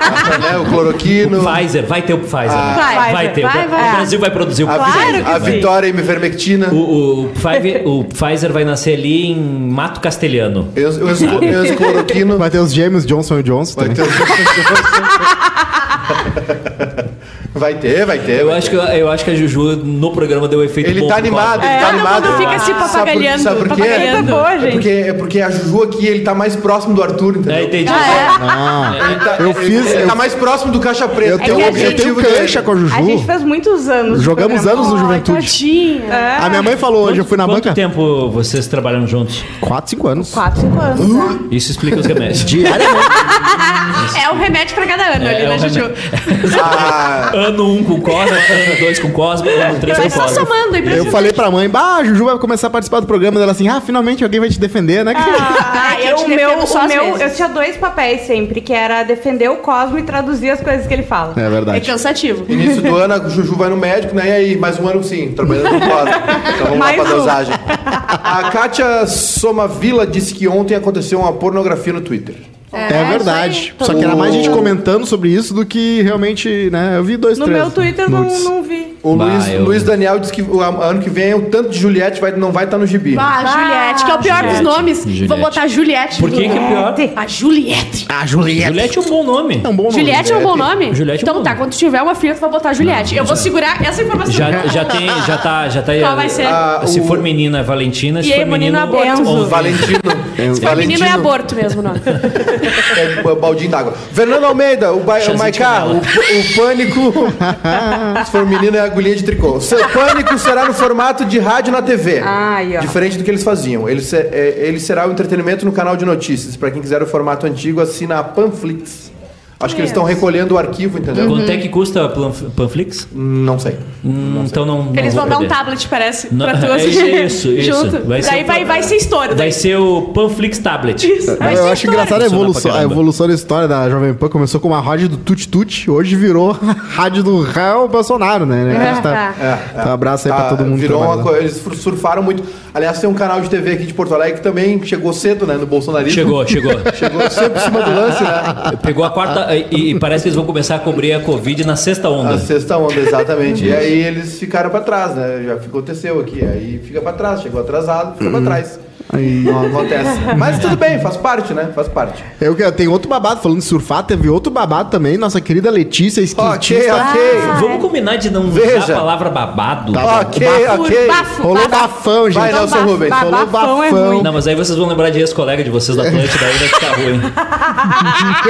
a- né, o cloroquino,
Pfizer, vai ter o Pfizer.
Ah.
né?
Vai,
vai ter.
vai,
o
vai.
Brasil vai produzir o
a,
Pfizer.
Claro
vi-
que
a
sim.
vitória ivermectina.
O, o- o Pfizer, o Pfizer vai nascer ali em Mato Castelhano.
Eu, eu, eu, eu cloroquino.
Vai ter os gêmeos Johnson e Johnson
Vai
também.
ter, vai ter, vai ter.
Eu
vai
acho, que,
ter.
eu acho que a Juju no programa deu um efeito
Ele
bom
tá
pro
animado,
Collor.
ele
É,
tá
todo
animado.
mundo fica se
Sabe por-
papagalhando,
Sabe por quê?
Coisa
papagalhando.
boa,
É
gente.
porque, é porque a Juju aqui, ele tá mais próximo do Arthur, entendeu?
É, entendi.
Ah,
Ele tá,
Eu
ele-
fiz-
Ele
eu-
tá mais próximo do caixa preta.
eu
que é
tenho, um
o
a
eu
gente-
tenho
objetivo
cancha
dele.
com a Juju.
A gente fez muitos anos. de
Jogamos
programa.
anos no
Ai,
Juventude.
tadinha.
É.
A minha mãe falou hoje, eu fui na
Quanto
banca.
tempo vocês trabalham juntos?
4, 5 anos.
Quatro, cinco anos. né?
Isso explica os remédios.
Diariamente.
É um remédio pra cada ano ali,
é
né,
um
Juju?
remédio.
Ah,
ano 1 um com Cosma, ano 2 com Cosma, ano 3 com
Mas tá
Cosma.
somando, é
Eu
impressionante.
falei pra mãe, bah, a Juju vai começar a participar do programa. Ela assim, ah, finalmente alguém vai te defender, né?
Ah, eu te
Tá, o meu,
defendo só
o
às
meu,
vezes.
eu tinha dois papéis sempre, que era defender o Cosmo e traduzir as coisas que ele fala.
É
É
verdade.
cansativo.
Início do ano, a Juju vai no médico, né? E aí, mais um ano sim, trabalhando no quadro. Então vamos
Mais
lá pra
um.
dosagem. A Kátia Somavila disse que ontem aconteceu uma pornografia no Twitter.
É,
isso
verdade.
aí.
Só que era mais gente comentando sobre isso do que realmente, né? Eu vi dois,
No
três
meu Twitter não,
nudes.
não vi.
O
Bah,
Luiz,
eu-
Luiz Daniel disse que o a- ano que vem o tanto de Juliette vai, não vai estar no gibi.
Ah, Juliette, que é o pior dos
Juliette.
nomes. Vou
Juliette.
botar Juliette.
Por que, que é pior?
A Juliette.
Ah, Juliette.
Juliette é um bom nome.
É um bom nome.
Juliette é um bom nome?
Juliette é um
então
bom
tá,
nome. Ah,
quando tu tiver uma filha, tu vai botar Juliette. eu vou segurar essa informação.
Já, já tem, já tá, já tá.
Qual vai ser?
é. Ah,
se
o-
for menina é Valentina, se
E aí,
for menino
menino, aborto.
Ou-
Valentino.
Se for menino é aborto mesmo, não.
É o baldinho d'água. Fernando Almeida, o, ba... o
Chazinho
Maiká,
de
o, o pânico. Se for menino, é agulhinha de tricô. O seu pânico será no formato de rádio na TV.
Ai, ó.
Diferente do que eles faziam. Ele, se- é, ele será o entretenimento no canal de notícias. Pra quem quiser o formato antigo, assina a Panflix. Acho que eles estão recolhendo o arquivo, entendeu?
Hum.
Quanto é que custa a Planf- Panflix?
Não sei.
Hum, então não. não
Eles
vou
vão dar um
perder.
tablet, parece,
Não,
pra tu
é
assistir.
isso, isso.
Junto.
Vai ser
Daí
o-
vai, vai ser estouro.
Vai ser o Panflix Tablet.
Isso. Vai
eu acho
ser
então é
estouro.
engraçada a
Funciona pra
evolução, a
caramba.
evolução da história da Jovem Pan. Começou com uma rádio do Tut Tut, hoje virou a rádio do Raul Bolsonaro,
É.
né? A gente tá- tá um abraço aí pra
Ah,
todo mundo. que
Virou
trabalha
uma
lá.
coisa, eles fur- surfaram muito. Aliás, tem um canal de TV aqui de Porto Alegre que também chegou cedo, né? No bolsonarismo.
Chegou, chegou.
Chegou sempre em cima do lance, né?
Pegou a quarta e, e parece que eles vão começar a cobrir a Covid na sexta
Ah, é.
A
onda.
sexta onda, exatamente. e aí eles ficaram pra trás, né? Já aconteceu aqui. Aí fica pra trás, chegou atrasado, fica pra
Uhum.
trás. Não acontece. Mas tudo bem, faz parte, né? Faz parte.
Eu, que- tem outro babado, falando de surfar, teve outro babado também. Nossa querida Letícia,
Ok,
skatista.
ok.
Vamos combinar de não usar
Veja. Tá
a palavra
Tá
babado.
Ok,
Por
ok.
bafo,
Rolou
bafo.
bafão, gente.
Vai,
Então,
Nelson
baf-
Rubens.
Rolou
Bafão Ah, é
bafão.
ruim.
Não, mas aí vocês vão lembrar de ex-colega de vocês da Atlântida, aí vai ficar ruim.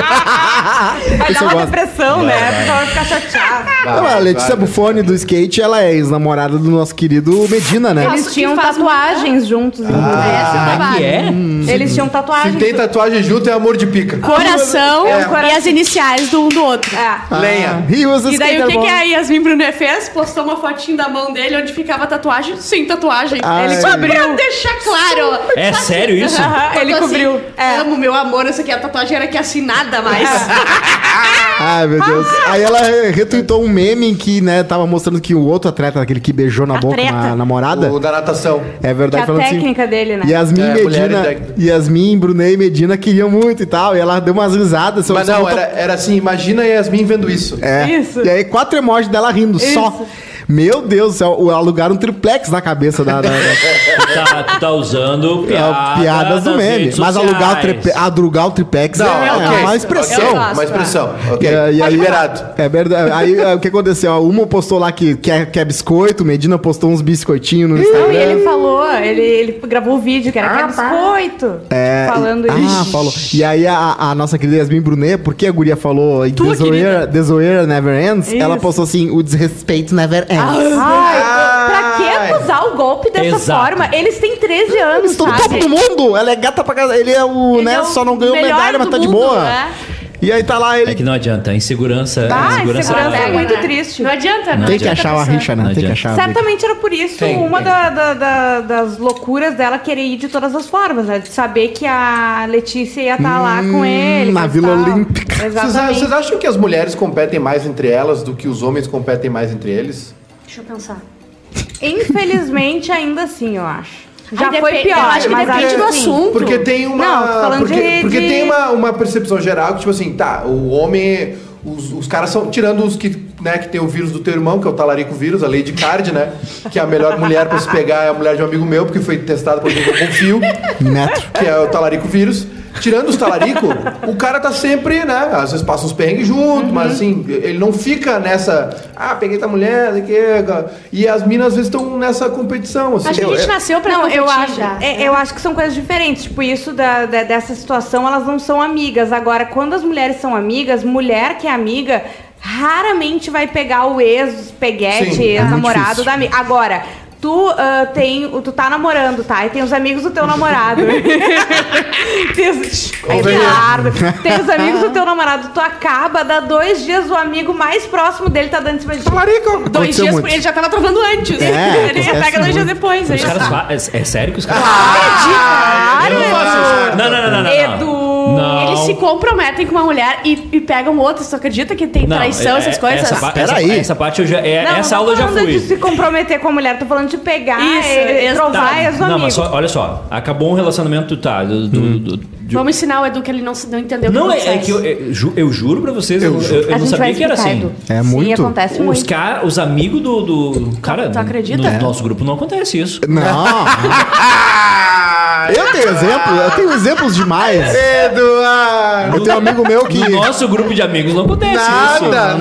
Vai dar
eu
uma
gosto.
depressão, né? A pessoa vai ficar chateada.
Então, a Letícia
vai.
Bufone do skate, ela é ex-namorada do nosso querido Medina, né?
Nossa,
Eles
que
tinham
faz uma-
tatuagens juntos.
Ah, que é?
Eles tinham
Se
tatuagens.
tem tatuagem junto, é amor de pica.
Coração
É,
e as iniciais do um do outro.
É.
Lenha.
Ah, He was a
E daí o que,
skater
que é a
boy.
Yasmin Brunet fez? Postou uma fotinho da mão dele onde ficava tatuagem sem tatuagem.
Ai.
Ele só pra deixar claro. É.
É sério isso?
Aham, ele
Botou
cobriu. é, assim,
Assim, Amo meu amor, essa aqui a tatuagem era que assinada mais.
Ah, Ai, meu Deus. Aí ela retweetou um meme em que, né, tava mostrando que o outro atleta, aquele que beijou na boca
Atleta.
uma namorada.
O da natação.
É
Que
verdade,
a técnica dele, né?
Yasmin
É, mulher
Medina,
e técnica.
Yasmin, Brunet e Medina queriam muito e tal. E ela deu umas risadas. só-
Mas
só
não,
botou-
era, era assim, imagina a Yasmin vendo isso.
É.
Isso.
E aí, quatro emojis dela rindo só. Meu Deus do céu, o- alugaram um triplex na cabeça da. da- da-
Tu tá, tu tá usando piada
piadas do
das
meme.
redes
Mas alugar o,
sociais.
tripe- adrugar o triplex
Não,
é,
ok.
é uma expressão.
Ok, Uma expressão. Ok.
É, e
Tá
aí-
liberado.
É verdade. Aí é, o que aconteceu? ó, Uma postou lá que quer, quer biscoito, Medina postou uns biscoitinhos no Instagram.
Não, e ele falou, ele, ele gravou o vídeo que era
Ah,
que é
tá.
biscoito.
É,
falando
e, Ah,
isso.
falou. E aí a, a nossa querida Yasmin Brunet, porque a guria falou em
Tua
Desoeira,
querida.
Desoeira Never Ends,
Isso. Ah,
ela postou assim, o desrespeito never ends. Ah,
Ai, pra
Ai.
que acusar o golpe dessa
Exato.
forma? Eles têm 13 anos,
Eles estão no
sabe?
topo do mundo! Ela é gata pra casa. Ele é o,
Ele
né?
é o
só não ganhou
melhor
medalha, mas
do
tá de
mundo,
boa.
né?
E aí tá lá
É que
ele.
não adianta, a insegurança.
Tá,
a insegurança.
insegurança é
ela-
muito triste.
Não adianta, não
Tem que
adianta
achar uma
pensar.
rixa, né?
Não
Tem que
adianta.
achar. uma rixa.
Certamente era por isso
Tem,
uma
tem.
da- da- da- das loucuras dela querer ir de todas as formas, né? De saber que a Letícia ia estar lá
Hum,
com ele.
na
com
Vila
tal.
Olímpica.
Vocês,
Exatamente.
vocês acham que as mulheres competem mais entre elas do que os homens competem mais entre eles?
Deixa eu pensar.
Infelizmente, ainda assim, eu acho. Já
Ai,
foi
depe-
pior,
eu acho que
mas
depende
ainda
do
assim.
assunto.
Porque tem uma.
Não, tô falando
porque,
de-
porque
de-
tem uma, uma percepção geral que, tipo assim, tá, o homem. Os, os caras são. Tirando os que, né, que tem o vírus do teu irmão, que é o talarico vírus, a Lady Card, né? Que a melhor mulher pra se pegar é a mulher de um amigo meu, porque foi testada por alguém que eu confio,
Metro.
que é o talarico vírus. Tirando os talarico, o cara tá sempre, né? Às vezes passa uns perrengues junto, mas assim, ele não fica nessa. Ah, peguei tua mulher, sei o quê", E as minas às vezes estão nessa competição, assim.
Acho que a
Eu-
gente nasceu pra um
Não, eu
competir
acho,
já.
é, eu acho que são coisas diferentes. Tipo, isso da, da- dessa situação, elas não são amigas. Agora, quando as mulheres são amigas, mulher que é amiga raramente vai pegar o ex, peguete,
Sim, é
ex-namorado
muito
da amiga. Agora, tu ah, tem, o- tu tá namorando, tá? E tem os amigos do teu namorado. tem, os, Ai,
Convenhamos.
Leonardo. tem os amigos do teu namorado. Tu acaba, dá dois dias, o amigo mais próximo dele tá dando em cima de ti.
Talarico!
Dois
Aconteceu
dias,
muito.
ele já tava travando antes.
É,
ele já
acontece
pega dois dias
muito.
depois. aí
Os caras fa- é, é sério que os caras.
Claro!
Eu não faço isso.
não, não, não, não, não, não.
Edu,
Não.
Eles se comprometem com uma mulher e, e pegam outra. Você acredita que tem
Não,
traição,
é-
essas
é-
coisas?
Essa, pa-
Pera
essa-
aí.
essa parte eu já. é-
Não,
essa
não
aula
tô
eu já
falando
fui.
de se comprometer com a mulher, tô falando de pegar
Isso,
e, e
exato.
trovar e os
Tá. Não, mas
amigos.
só- olha só, acabou um relacionamento, tá? do- do- do- de-
Vamos ensinar o Edu que ele não, se- não entendeu o
Não,
que
é, é que eu, é, ju- eu juro pra vocês, eu, eu- eu
A
não
gente vai
sabia que era
explicar,
assim.
Edu.
É
Sim,
muito.
acontece
Os,
muito.
cara, os amigos do, do. Cara,
tu acredita?
no
É.
nosso grupo não acontece isso.
Não. eu tenho exemplo, eu tenho exemplos demais.
Eduardo!
Eu tenho um amigo meu que.
No nosso grupo de amigos não acontece isso.
Nada,
Nada,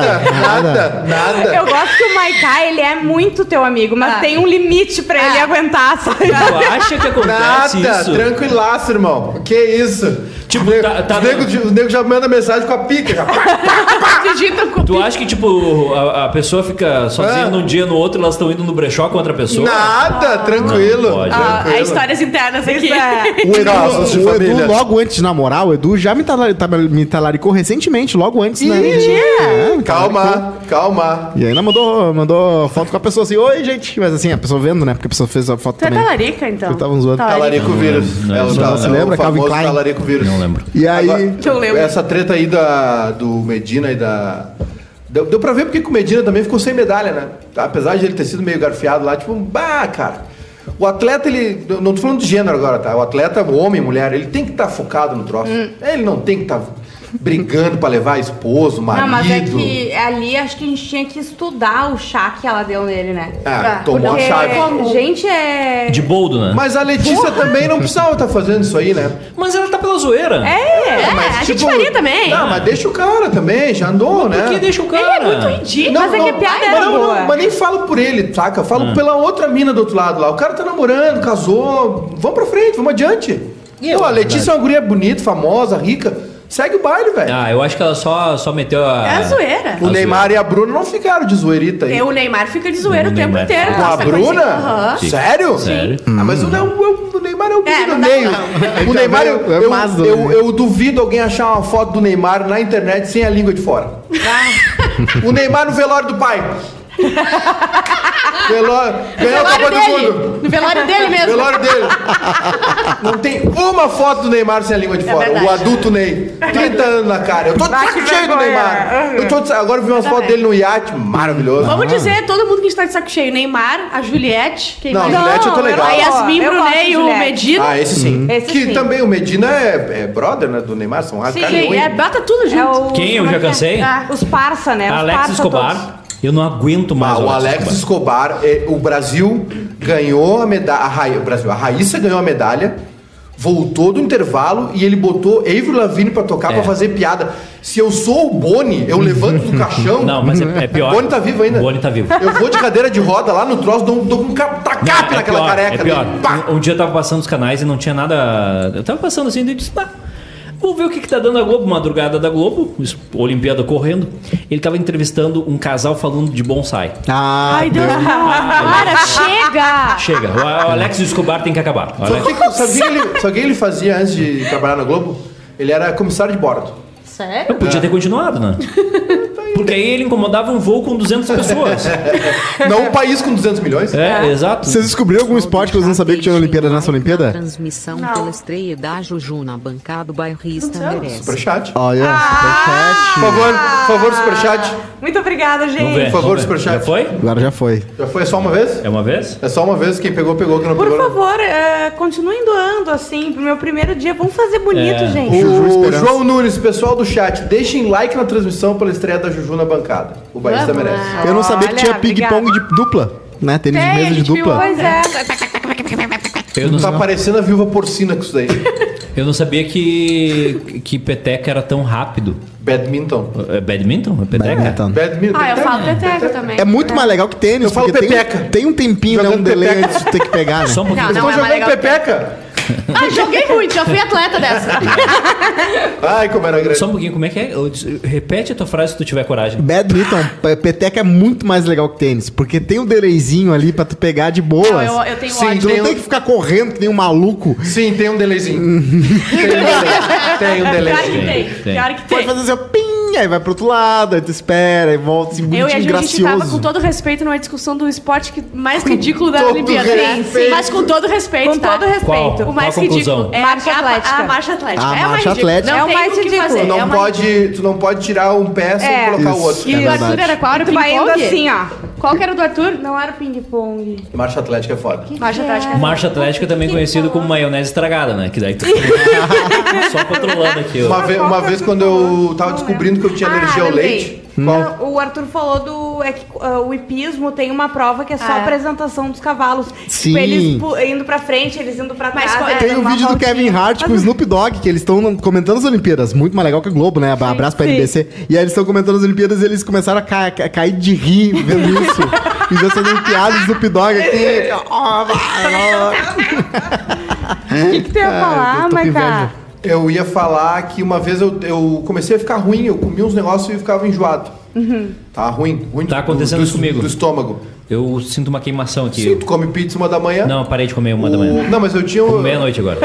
nada, nada, nada.
Eu gosto que o Maiká, ele é muito teu amigo, mas
Ah.
tem um limite pra ele aguentar, sabe?
Tu acha que acontece
Nada,
isso?
tranquilaço, irmão. Que isso?
Tipo,
Os nego-
tá- tá
os nego,
dando-
os nego já manda mensagem com a pica. Já.
Acreditam com...
Tu acha que, tipo, a, a pessoa fica sozinha
Ah.
num dia no outro, elas estão indo no brechó com outra pessoa?
nada, tranquilo.
Não pode.
Ah,
tranquilo.
é histórias internas aqui.
É.
O Edu,
Casos de
o Edu,
família.
logo antes de namorar, o Edu já me, tala- tá- me talaricou recentemente, logo antes, né? Mentira!
Calma, calma.
E ainda mandou, mandou foto com a pessoa assim, oi, gente. Mas assim, a pessoa vendo, né? Porque a pessoa fez a foto
Tu é
também.
talarica, então.
Eu tava uns outros.
Talarico vírus.
não,
É o
não,
tal-
você
é o
lembra? Calvin
famoso
Klein?
Talarico vírus.
Não lembro.
E aí.
Agora,
eu lembro.
Essa treta aí da, do Medina e da. Deu, deu pra ver porque que o Medina também ficou sem medalha, né? Apesar de ele ter sido meio garfiado lá, tipo, bah, cara. O atleta, ele. eu Não tô falando de gênero agora, tá? O atleta, o homem, mulher, ele tem que estar focado no troço. É, Ele não tem que estar brigando pra levar esposo, marido.
Não, mas é que ali acho que a gente tinha que estudar o chá que ela deu nele, né?
Ah,
Ah,
tomou a
Porque,
chave.
gente, é...
um De boldo, né?
Mas a Letícia também não precisava estar fazendo isso aí, né? tipo,
Mas ela tá pela zoeira. É,
É, a gente faria também.
Não, mas deixa o cara também, já andou, né?
Por que deixa o cara?
Ele é muito ridículo.
Mas é que a piada
mas
era
não,
boa.
não, mas nem falo por ele, saca? Falo pela outra mina do outro lado lá. O cara tá namorando, casou. Vamos pra frente, vamos adiante.
E eu,
Pô, a
na
Letícia é uma guria bonita, famosa, rica. Segue o baile, velho.
Ah, eu acho que ela só, só meteu a.
É a zoeira.
o Neymar e a Bruna não ficaram de zoeirita aí.
É, O Neymar fica de zoeira
O
o tempo
Neymar
inteiro.
Com
fica-
a
nossa,
Bruna?
coisinha. Aham.
Sério?
Sério?
Ah, mas o, Neu- o- o Neymar é o
É,
bicho do
não dá
meio.
não.
O Neymar,
É,
eu, né?
é
eu-
mais do-
eu- eu duvido alguém achar uma foto do Neymar na internet sem a língua de fora. o Neymar no velório do pai. Velório. Ganhou é a Copa do
velório
Mundo.
dele. No velório dele mesmo.
Velório dele. Não tem uma foto do Neymar sem a língua de fora.
É verdade.
o adulto Ney. 30 anos na cara. Eu tô de
Bate
saco cheio do
vergonha.
Neymar. Eu tô de saco- Agora eu vi umas fotos
também.
dele no iate. Maravilhoso.
Vamos dizer todo mundo que está de saco cheio. Neymar, a Juliette, quem
Não,
mais?
a Juliette eu tô legal.
A Yasmin
Eu gosto
Brunet
de
e o
Juliette.
Medina.
Ah, esse
Uhum.
sim.
Esse
que
sim.
também o Medina é, é brother né, do Neymar. São
Sim,
carne e
Sim,
unha.
é, bota tudo junto.
É o-
Quem? Eu
como
já
é que é?
cansei?
Ah, Os parça, né? Os
Alex
parça
Escobar.
todos.
Eu não aguento mais
Ah, o Alex
Escobar.
Escobar, eh, o Brasil ganhou a medalha. Ra... o Brasil, a Raíssa ganhou a medalha, voltou do intervalo e ele botou Avril Lavigne pra tocar
É.
pra fazer piada. Se eu sou o Boni, eu levanto do caixão.
Não, mas é, é pior.
O Boni tá vivo ainda.
O Boni tá vivo.
Eu vou de cadeira de roda lá no troço, dou, um- dou um cap- tacape
Não,
naquela
pior,
careca.
É pior.
dele. Pá!
Um, um dia eu tava passando os canais e não tinha nada. Eu tava passando assim e disse, pá. Vou ver o que, que tá dando a Globo, madrugada da Globo, isso, Olimpíada correndo. Ele tava entrevistando um casal falando de bonsai.
Ah,
Ai, Deus. Para, chega!
Chega, o o Alex Escobar tem que acabar. O
Sabe o
Alex-
que, que- sabe o que ele, sabe o que ele fazia antes de trabalhar na Globo? Ele era comissário de bordo.
Eu podia ter continuado, né? Porque aí ele incomodava um voo com 200 pessoas.
Não um país com 200 milhões.
É, exato.
Vocês descobriram algum esporte que vocês não sabiam que tinha na Olimpíada nessa Olimpíada?
Transmissão
Não.
pela estreia da Juju na bancada bairrista merece.
Superchat.
Olha,
Por
superchat.
favor, por favor, superchat.
Muito obrigada,
Vamos ver.
gente.
Por um
vamos
favor,
ver.
superchat.
Já foi?
Agora já foi.
Já foi só uma vez?
É uma vez?
É só uma vez, quem pegou, pegou, quem não
Por
pegou. não.
favor, eh, continuem doando, assim, pro meu primeiro dia. Vamos fazer bonito,
É.
gente.
Juju
O
Esperança.
João Nunes, pessoal do chat, deixem like na transmissão pela estreia da Juju na bancada. O Baísta
Vamos
merece.
lá.
Eu não sabia que
Olha,
tinha ping-pong de dupla, né? Tênis de
Tem, a
mesa de
gente viu
dupla.
Pois é.
Eu não,
Tá parecendo a viúva porcina com isso daí.
eu não sabia que, que peteca era tão rápido.
Badminton.
É badminton? É peteca?
Badminton.
Badminton.
Ah, eu falo peteca também.
É muito mais legal que tênis,
Eu falo
porque tem,
pepeca.
tem um tempinho, né? Um
Jogando
delay
pepeca.
antes de ter que pegar, né?
Só um pouquinho.
Não,
Estão
é mais
jogando
legal que
pepeca?
Ah, joguei muito, já fui atleta dessa.
Ai, como era grande.
Só um pouquinho, como é que é? Eu disse- Repete a tua frase se tu tiver coragem.
Badminton, pe- peteca é muito mais legal que tênis, porque tem um delayzinho ali pra tu pegar de boas.
Não, eu, eu tenho
Sim,
ódio.
tu não
tem
tem,
um-
que ficar correndo que nem um maluco.
Sim, tem um delayzinho. tem um delay. Tem um
Pior que
delay.
Tem,
tem,
tem.
pior que
Pode
tem.
fazer assim, ó, pim, aí vai pro outro lado, aí tu espera, aí volta, assim,
Eu e a
bonitinho,
gente, a gente tava com
gracioso.
todo respeito numa discussão do esporte que mais ridículo da
todo
Olimpíada. né?
respeito.
Mas com todo respeito,
Com
tá?
todo respeito.
Qual?
O mais
Qual a conclusão?
ridículo é
Marcha
a,
atlética.
a marcha atlética.
A
é o mais
marcha
ridículo.
atlética.
Não
É o
tem
mais
o que
ridículo.
fazer.
Tu
é o
não,
mais-
pode, tu não pode tirar um pé sem
É.
colocar o
Isso.
outro.
E
É
o Arthur
verdade.
era qual? Era o
Tu vai indo
ping-pong?
assim, ó.
Qual que era o do Arthur?
Não era ping-pong.
Marcha Atlética é foda.
Marcha atlética.
Marcha Atlética também conhecido como maionese estragada, né? Que daí tu... Só controlando aqui, ó.
Uma, ve- uma vez quando eu tava descobrindo que eu tinha
Ah,
alergia ao
lembrei.
leite.
Hum.
Hum.
Não, O Arthur falou do. É que, ah, o hipismo tem uma prova que é só
Ah, é.
apresentação dos cavalos.
Sim.
Tipo, eles pu- indo pra frente, eles indo pra
Mas
trás.
qual-
eles
Tem
dando
o
Ah, é, uma
vídeo do
voltinha.
Kevin Hart com o Snoop Dogg, que eles estão comentando as Olimpíadas. Muito mais legal que o Globo, né? Abraço pra
Sim.
NBC. E aí eles estão comentando as Olimpíadas e eles começaram a ca- ca- cair de rir vendo isso. e já sendo um piada do Snoop Dogg aqui.
Ah, O que, que tu ia
é, eu
falar,
tô com
Maiká?
inveja.
Eu ia falar que uma vez eu, eu comecei a ficar ruim, eu comia uns negócios e ficava enjoado.
Uhum.
Tá ruim, ruim.
Tá
do-
acontecendo
do,
isso comigo.
Do estômago.
Eu sinto uma queimação aqui.
Sim, tu come pizza uma da manhã.
Não, eu parei de comer uma da
o-
manhã.
Não, mas eu tinha um-
Meia-noite agora.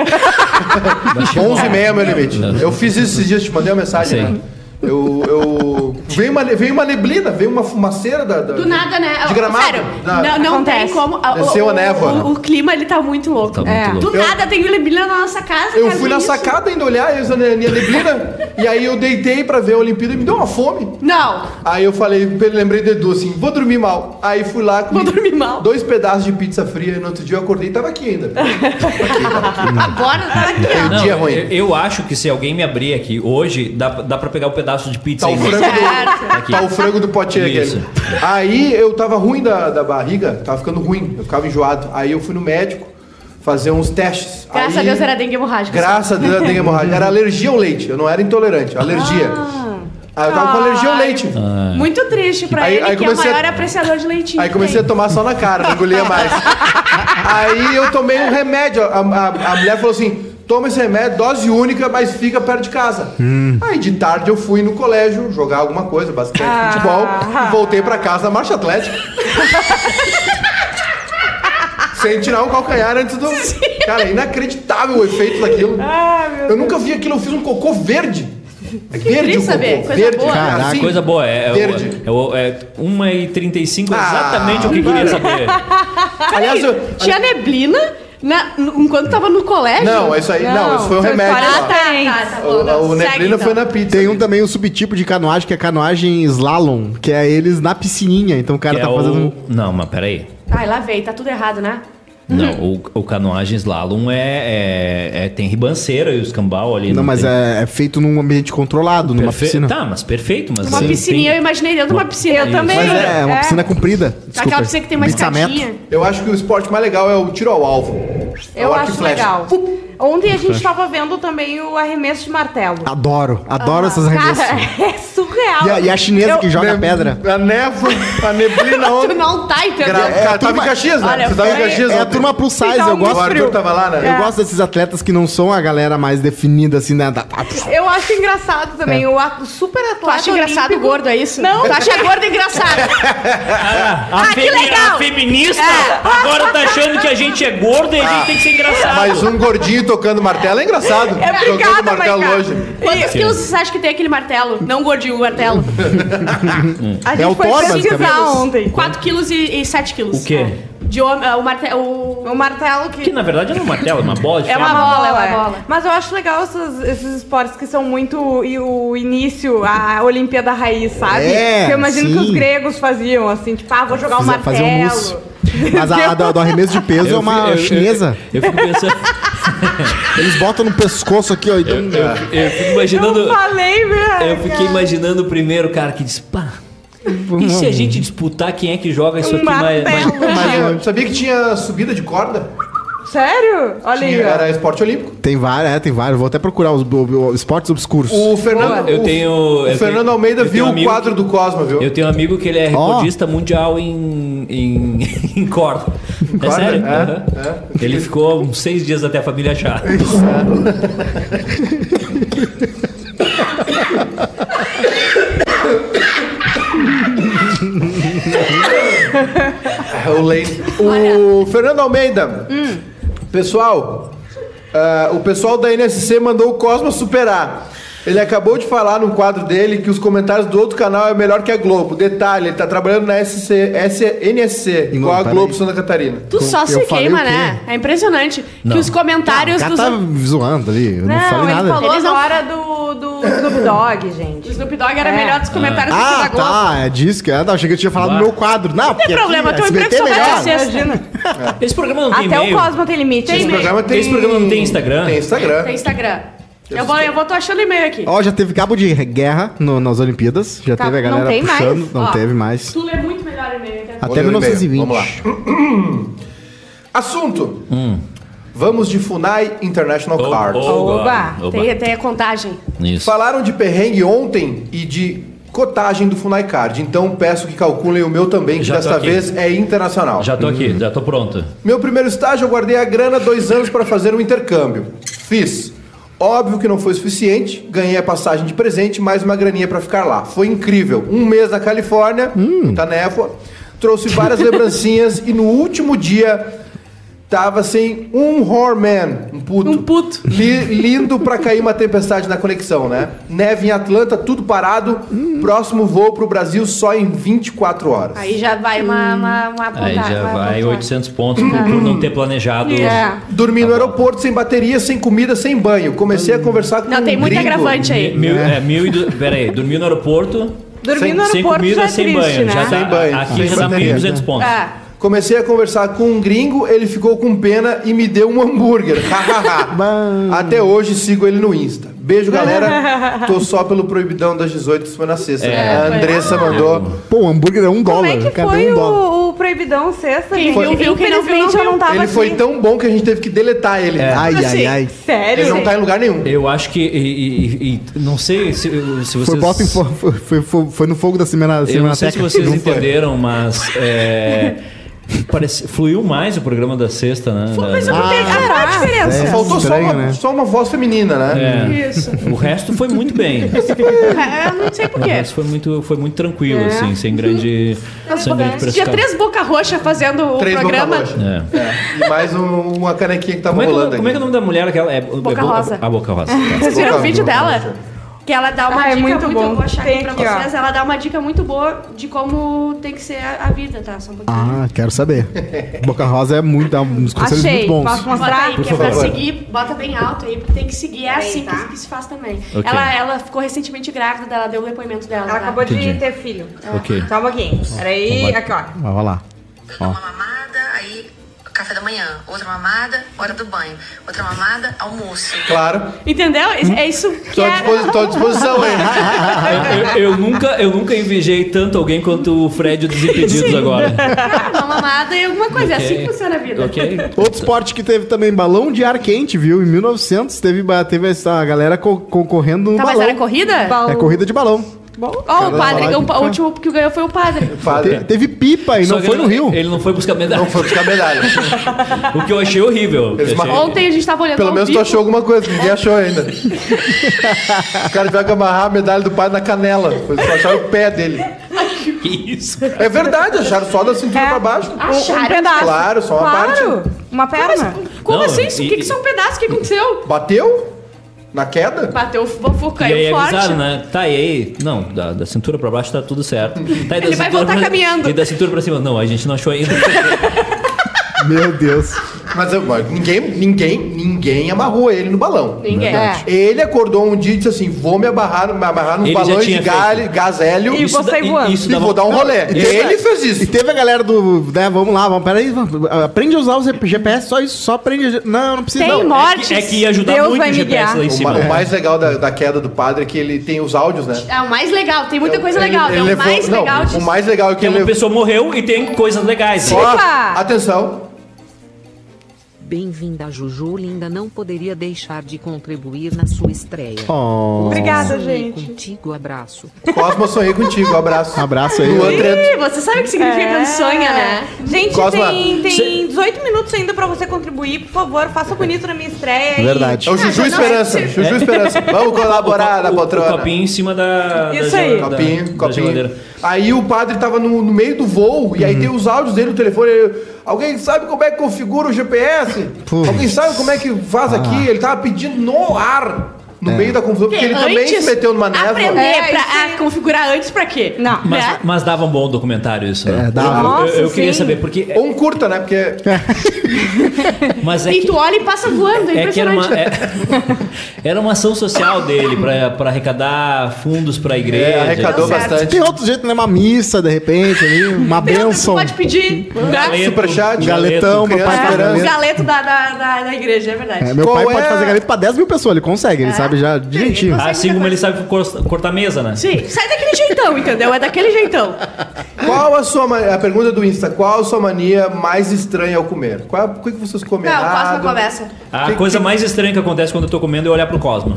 11 e meia é meu limite. Eu fiz isso esses dias, te mandei uma mensagem,
Sim.
né? Eu, eu... Veio, uma, veio uma neblina, veio uma fumaceira da... da-
Do nada, né?
De gramado.
Sério,
Da-
não, não
Acontece.
tem como. a- o-
Desceu a
o-
névoa.
O, o clima, ele tá muito louco.
Tá muito
É.
louco.
Do
Eu-
nada, tem neblina na nossa casa.
Eu
cara,
fui
que
na
isso?
sacada ainda olhar a neblina, e aí eu deitei pra ver a Olimpíada e me deu uma fome.
Não.
Aí eu falei, lembrei do Edu assim, vou dormir mal. Aí fui lá com
Vou dormir mal. Ah,
dois pedaços de pizza fria e no outro dia eu acordei e tava aqui ainda.
Agora tá aqui, ó.
Não,
dia ruim.
Eu, eu acho que se alguém me abrir aqui hoje, dá, dá pra pegar um pedaço de pizza
Tá o
ainda.
frango do,
Aqui.
tá o frango do potinho
Isso.
aquele. Aí eu tava ruim da, da barriga, tava ficando ruim, eu ficava enjoado. Aí eu fui no médico fazer uns testes.
Graças
Aí-
a Deus era dengue hemorrágica.
Graças a Deus era dengue hemorrágica. Era alergia ao leite, eu não era intolerante, alergia.
Ah.
Aí eu tava com alergia ao leite.
Ah.
assim. Muito triste pra
Aí-
ele,
aí
que é o
comecei a-
maior apreciador de leitinho.
Aí
que
comecei a
tem.
tomar só na cara, não engolia mais. Aí eu tomei um remédio. A, a- a mulher falou assim: toma esse remédio, dose única, mas fica perto de casa. Aí de tarde eu fui no colégio jogar alguma coisa, basquete,
Ah.
futebol, e voltei pra casa na marcha atlética. Sem tirar o calcanhar antes do.
Ah,
Cara, é inacreditável o efeito daquilo. eu nunca vi aquilo, eu fiz um cocô verde. Verde
queria
o
saber,
cocô,
coisa
verde,
boa.
cara, assim.
Coisa boa, é, é,
Verde.
é, o- é 1h35, exatamente
Ah, tá
o que eu queria
para.
saber.
Aliás, eu-
Tinha neblina na- enquanto tava no colégio?
Não, isso aí, não, isso foi um remédio.
Ah,
lá.
tá.
tá
O, a- o
não, segue,
neblina
então.
foi na pizza.
Tem um também, um subtipo de canoagem, que é canoagem slalom, que é eles na piscininha. Então o cara
Que
tá
é o-
fazendo...
um-
Não, mas peraí.
Ai, lá veio, tá tudo errado, né?
Não, o, o canoagem slalom é, é, é- tem ribanceira e os cambal ali.
Não, mas
tem-
é, é feito num ambiente controlado, numa
Perfe-
piscina.
Tá, mas perfeito. Mas
Uma
assim,
piscininha, eu
tem-
imaginei dentro de uma piscina.
Eu também.
Mas é, é uma
É.
piscina comprida. Desculpa.
Aquela piscina que tem uma
Pizza metro.
escadinha.
Eu acho que o esporte mais legal é o tiro ao alvo. É
Eu
o arco e
acho
flecha.
legal. Ontem a gente tava vendo também o arremesso de martelo.
Adoro, adoro essas arremessos.
Cara, é surreal.
E a, e a chinesa
Eu-
que joga
Ne-
pedra.
A névoa, a neblina
Tu
ontem.
não tá
Gra-
entendendo.
é,
a
tava
turma-
em Caxias, né?
Olha,
Você tava em
foi-
Caxias
É a
ontem.
turma plus size, eu
Então, o É.
O
gosto.
Arthur tava lá, né?
Eu gosto desses atletas que não são a galera mais definida, assim, né? da-
Eu acho engraçado
É.
também. O ato- super atleta.
Tu acha engraçado
olímpico-
gordo, é isso?
Não.
Tu acha gordo engraçado.
Ah, a,
Ah, que
femi-
legal!
a feminista
É.
agora tá achando que a gente é gorda e a
Ah.
gente tem que ser engraçado.
Mas um gordinho tocando martelo é engraçado.
É
Tocando
obrigada,
martelo
Maiká.
hoje.
Quantos quilos você acha que tem aquele martelo? Não gordinho, o martelo. Tá
A gente
É o
foi
Thor,
pesquisar
basicamente.
ontem.
4 quilos e, e 7 quilos.
O quê?
De homem, é, o martelo... o-
O martelo que...
Que na verdade não é uma tela, é uma bola de
É
ferro.
uma bola, é uma
é.
bola.
Mas eu acho legal essas- esses esportes que são muito. E o início, a Olimpíada Raiz, sabe?
É,
que eu imagino que os
sim.
gregos faziam, assim, tipo, ah, vou jogar o
Fizer-
martelo.
fazer um mousse. Mas a, a do, do arremesso de peso é
Eu
uma
fi- eu- eu-
chinesa.
Eu, fico pensando.
Eles botam no pescoço aqui, ó. e dão-
Eu fico imaginando.
Eu falei, velho.
Eu fiquei imaginando o primeiro cara que diz, pá. E se a gente disputar quem é que joga isso aqui mais. mais-
Martelo.
Tinha- sabia que tinha subida de corda?
Sério? Olha aí.
Tinha,
ó.
era esporte olímpico.
Tem várias, é, tem várias. Vou até procurar os ob- ob- esportes obscuros.
O Fernando,
Eu
o-
tenho-
o
eu
Fernando
tenho-
Almeida
eu tenho
viu
um
o
amigo
quadro
que-
do Cosma, viu?
Eu tenho um amigo que ele é
Ó.
recordista mundial em, em, em corda. É
corda?
sério?
É,
Aham.
é.
Ele ficou uns seis dias até a família achar.
É o Lane. O Fernando Almeida.
Hum.
Pessoal, ah, o pessoal da NSC mandou o Cosma superar. Ele acabou de falar no quadro dele que os comentários do outro canal é melhor que a Globo. Detalhe, ele tá trabalhando na SC, S, NSC,
Não,
igual a
peraí.
Globo Santa Catarina.
Tu só
Eu
se
falei o
queima,
quê?
né? É impressionante.
Não.
Que os
o
comentários
cara
dos...
tá zoando ali. Eu não,
Não,
falei
ele
nada.
falou
Eles não-
agora do, do Snoop Dogg,
do
gente.
Snoop Dogg era
É.
melhor dos comentários do que da
Ah,
Globo.
tá. É disso que. Ah, não, achei que eu tinha falado
Vai.
no meu quadro. Não, é
Não tem problema, teu emprego só vai na sexta.
Esse programa não tem
Até o
e-mail.
Cosmo tem limite.
Tem
Tem
e-mail.
programa tem-
Esse programa não tem Instagram?
Tem Instagram.
Tem Instagram. Eu vou, eu vou, tô achando e-mail aqui.
Ó, já teve cabo de guerra no- nas Olimpíadas. Já
Cabo-
teve a
não
galera
tem mais?
puxando. Não
Ó.
teve mais.
Tu lê muito melhor e-mail. Né?
Até
Vou ler o e-mail.
1920.
Vamos lá. Assunto. Vamos de Funai International
Hum. Oh,
Card.
oh,
Oba.
God. Oba.
Tem, tem a contagem.
Isso.
Falaram de perrengue ontem e de cotagem do Funai Card. Então peço que calculem o meu também, que
Já tô
desta
aqui.
vez é internacional.
Já tô aqui, já tô pronto.
Então
Meu primeiro estágio, eu guardei a grana dois anos para fazer um intercâmbio. Fiz. Óbvio que não foi suficiente, ganhei a passagem de presente, mais uma graninha para ficar lá. Foi incrível. Um mês na Califórnia, muita névoa, trouxe várias lembrancinhas e no último dia tava sem um Horman, um puto.
Um puto.
Li- lindo pra cair uma tempestade na conexão, né? Neve em Atlanta, tudo parado. Próximo voo pro Brasil só em 24 horas.
Aí já vai uma, uma, uma
Aí
tá,
apontar-
já
uma
vai
apontar.
800 pontos por por não ter planejado.
É.
Dormi
Tá
no aeroporto sem bateria, sem comida, sem banho. Comecei
Hum.
a conversar com
Não,
um
tem muito
gringo.
agravante aí.
Mil, é, mil e du... Pera aí, dormiu no aeroporto,
Dormir
Sem-
no
sem
aeroporto já
comida,
é
sem
triste,
banho.
né? É.
Já tá,
Sem banho,
Aqui
sem
já dá
bateria. né?
1.200 pontos.
Tá
Ah,
Comecei a conversar com um gringo, ele ficou com pena e me deu um hambúrguer. Hahaha. Até hoje sigo ele no Insta. Beijo, galera. Tô só pelo proibidão das 18, isso foi na sexta.
É.
né? A Andressa mandou.
Pô, o hambúrguer é um
Como
dólar.
é que
Cadê
foi
um dólar?
o, o Proibidão sexta,
Quem
gente?
viu, viu, quem não viu, não
Infelizmente eu não tava
Ele
assim.
foi
aqui.
tão bom que a gente teve que deletar ele.
É.
É.
Ai, ai,
Assim,
ai.
Sério?
Ele não tá em lugar nenhum.
Eu acho que. E, e- e- não sei se, se vocês.
Foi, bota em fo- foi, foi- foi- foi no fogo da semana,
Eu não
semana
sei se vocês entenderam, mas. é, parece- fluiu mais o programa da sexta, né? Da-
mas eu não tenho. Ah, qual a diferença?
É,
Faltou
estranho,
só, uma,
né?
só uma voz feminina, né?
É.
Isso.
O resto foi muito bem.
É, Eu não sei
O
porquê.
resto foi muito, foi muito
É.
tranquilo, assim, sem grande. sem grande pressão.
Tinha três boca roxa fazendo o
Três boca
programa.
roxa.
É.
É. E mais um- uma canequinha que tava
Como é, que,
rolando.
como é que é o nome da mulher aquela? É, é
Rosa.
A Boca Rosa. tá.
Vocês viram o
Boca
vídeo
Rosa.
dela? Que ela dá uma
Ah, é
dica
muito
muito,
bom.
Eu vou achar
Tem
aqui pra
aqui, ó.
vocês. Ela dá uma dica muito boa de como tem que ser a, a vida, tá? Só um pouquinho.
Ah, quero saber. Boca Rosa é muito, dá uns conselhos
Achei.
muito bons.
Posso
Bota
mostrar?
aí, que é pra seguir, bota bem alto aí, porque tem que seguir. É assim que-
tá?
que, se faz também.
Ok.
Ela, ela ficou recentemente grávida, ela deu o depoimento dela.
Ela
tá?
acabou de
Entendi.
ter filho.
Ok.
Só um pouquinho. Peraí, aqui,
É
ó.
Mas vai lá.
Eu dou
Ó.
uma mamada, aí café da manhã. Outra mamada, hora do banho. Outra mamada, almoço.
Claro.
Entendeu? É- É isso que
Tô à
é.
disposi- tô à disposição, hein?
Eu, eu nunca, eu nunca invejei tanto alguém quanto o Fred dos Impedidos agora.
Uma mamada e alguma coisa. É assim
Ok.
que funciona a vida.
Ok?
Outro esporte que teve também, balão de ar quente, viu? Em 1900 teve, ba- teve essa galera co- concorrendo no
Tá, mas
balão.
era corrida?
É corrida de balão.
Ó, o padre,
falar
o,
que-
pa- o último que ganhou foi o padre.
Um,
Te-
Padre.
teve pipa e
Só
não
que
foi
ele
no Rio.
Ele não foi buscar medalha.
Não foi buscar medalha.
Tá
O que eu achei horrível.
Eles
Eu achei-
marcam-
Ontem a gente tava olhando
Pelo
ao
menos tu
vivo.
achou alguma coisa, ninguém achou ainda. Os caras tiveram que amarrar a medalha do padre na canela. Eles só acharam o pé dele.
Que isso, cara.
É verdade, acharam só da cintura
É.
pra baixo.
Um- Um,
Acharam?
pedaço.
Claro, só uma
Claro, Uma perna.
Como
Não,
assim? Isso? O
e-
que, que isso é um pedaço? O que aconteceu?
Bateu? Na queda?
Bateu o foco,
E aí
caiu forte.
avisaram, né? Tá, e aí? Não, da, da cintura pra baixo tá tudo certo.
Hum.
Tá, e da
Ele vai
cintura
voltar
pra-
caminhando.
E da cintura pra cima. Não, a gente não achou ainda.
Meu Deus.
Mas eu- mas ninguém, ninguém, ninguém amarrou ele no balão. É
Ninguém.
Verdade.
Ele acordou um dia e disse assim: vou me amarrar, me amarrar num
Ele já
balão de
tinha
galho,
feito.
gás hélio
E
e,
você
dá-
voando.
Isso
vou dar um rolê.
E teve-
ele fez isso.
E teve a galera do. Né, vamos lá, vamos, peraí, vamos, aprende a usar o GPS, só isso, só aprende. Não, não precisa.
Tem
não.
morte.
É que, é que ia ajudar
Deus
muito
vai
o
me
GPS lá
guiar.
em
O,
cima.
ma- o mais legal da, da queda do padre é que ele tem os áudios, né?
É o mais legal, tem muita coisa legal.
Ele
é o
levou-
mais
não,
legal disso.
O mais legal é que
Porque
ele
uma
levou.
pessoa morreu e tem coisas legais.
Ó,
Opa!
atenção.
Bem-vinda, Juju Linda. Não poderia deixar de contribuir na sua estreia.
Oh.
Obrigada,
Sonhei
gente.
Contigo, abraço.
Cosmo, sonhei contigo. um Abraço.
Um Abraço aí.
Luan Trento.
Ih, você sabe o que significa
É.
quando sonha, né?
Gente,
Cosma,
tem, tem
cê-
18 minutos ainda pra você contribuir. Por favor, faça bonito na minha estreia. e-
Verdade.
É o Juju Esperança. Juju
É.
Esperança. Vamos colaborar na
o, o
poltrona.
copinho em cima da.
Isso
da,
aí.
da-
Copinho,
da
copinho.
geladeira.
Aí o padre tava no, no meio do voo, e aí
Uhum.
tem os áudios dele no telefone. ele, Alguém sabe como é que configura o GPS?
Putz. Ah.
Alguém sabe como é que faz aqui? Ele tava pedindo no ar,
É.
no meio da confusão, porque ele também se meteu numa névoa.
Aprender
É, isso
pra
aí.
a configurar antes pra quê?
Não.
Mas,
Né?
mas dava um bom documentário isso, né?
É, dava.
Eu-
Nossa,
eu, eu queria
sim.
saber, porque.
Ou um curta, né? Porque
É.
Mas é
E
que,
tu olha e passa voando, é
é que era
impressionante.
uma. é- era uma ação social dele pra, pra arrecadar fundos pra igreja.
é, arrecadou
deu certo.
bastante.
Tem outro jeito, né? Uma missa, de repente, ali, uma
Tu
bênção.
pode pedir.
Um
né?
galeto,
Superchat,
um
galetão,
galeto.
papai
criança,
É, o
galeto.
galeto da, da, da, da igreja, é verdade.
É, meu
Qual
pai
é?
pode fazer galeto pra 10 mil pessoas, ele consegue,
É?
ele sabe já direitinho.
Ele consegue.
Assim como ele sabe cor- cortar mesa, né?
né? Sim, sai daquele jeitão, entendeu? É daquele jeitão.
Qual a sua mania, a pergunta do Insta, qual a sua mania mais estranha ao comer? Qual, o que que vocês comem
Não,
errado?
Cosmo começa.
A
Que-
coisa
que-
mais estranha que acontece quando eu tô comendo é olhar pro Cosmo.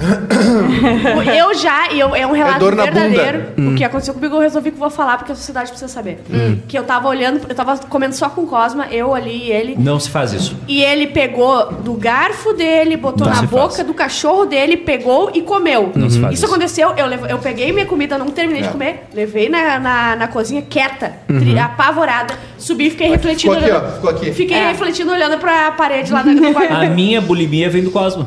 Eu já, e eu, é um relato
dor na
verdadeiro. O que aconteceu comigo, eu resolvi que eu vou falar, porque a sociedade precisa saber. Que eu tava olhando, eu tava comendo só com Cosma, eu ali e ele.
Não se faz isso.
E ele pegou do garfo dele, botou
Não
na
se
boca
faz.
do cachorro dele, pegou e comeu.
Não se
Uhum.
faz
Isso
isso.
aconteceu, eu, levo- eu peguei minha comida, não terminei
É.
de comer, levei na, na, na cozinha quieta,
Uhum.
tri- apavorada, subi e fiquei refletindo.
ficou aqui,
olhando-
ó, ficou aqui.
Fiquei
É.
refletindo, olhando pra parede lá da do
A
quarto.
minha bulimia vem do Cosmo.